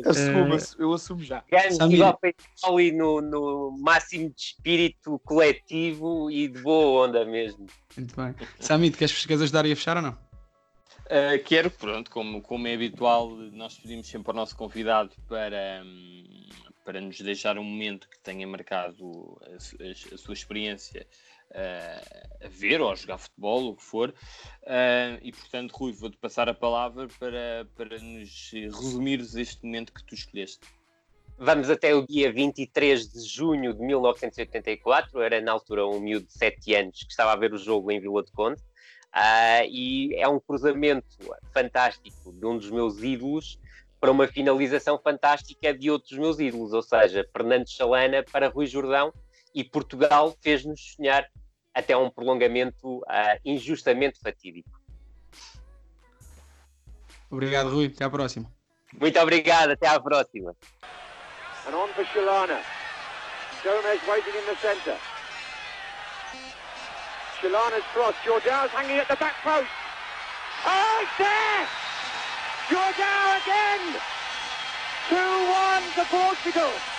Speaker 8: Assumo, assu- eu assumo já.
Speaker 10: Grande
Speaker 9: Samir.
Speaker 10: igual ali no, no máximo de espírito coletivo e de boa onda mesmo.
Speaker 9: Muito bem. Samit, queres, queres ajudar aí a fechar ou não?
Speaker 11: Uh, quero, pronto, como, como é habitual, nós pedimos sempre ao nosso convidado para, hum, para nos deixar um momento que tenha marcado a, su- a- a sua experiência uh, a ver ou a jogar futebol, o que for. Uh, e, portanto, Rui, vou-te passar a palavra para, para nos resumires este momento que tu escolheste.
Speaker 10: Vamos até o dia 23 de junho de 1984. Era na altura um miúdo de 7 anos que estava a ver o jogo em Vila de Conde. Ah, e é um cruzamento fantástico de um dos meus ídolos para uma finalização fantástica de outros meus ídolos, ou seja, Fernando Chalana para Rui Jordão. E Portugal fez-nos sonhar até um prolongamento ah, injustamente fatídico.
Speaker 9: Obrigado, Rui. Até à próxima.
Speaker 10: Muito obrigado, até à próxima.
Speaker 13: And on for Shalana. Gomez waiting in the centre. Shalana's cross. Jordão's hanging at the back post. Oh, it's there! Jordão again! 2-1 to Portugal.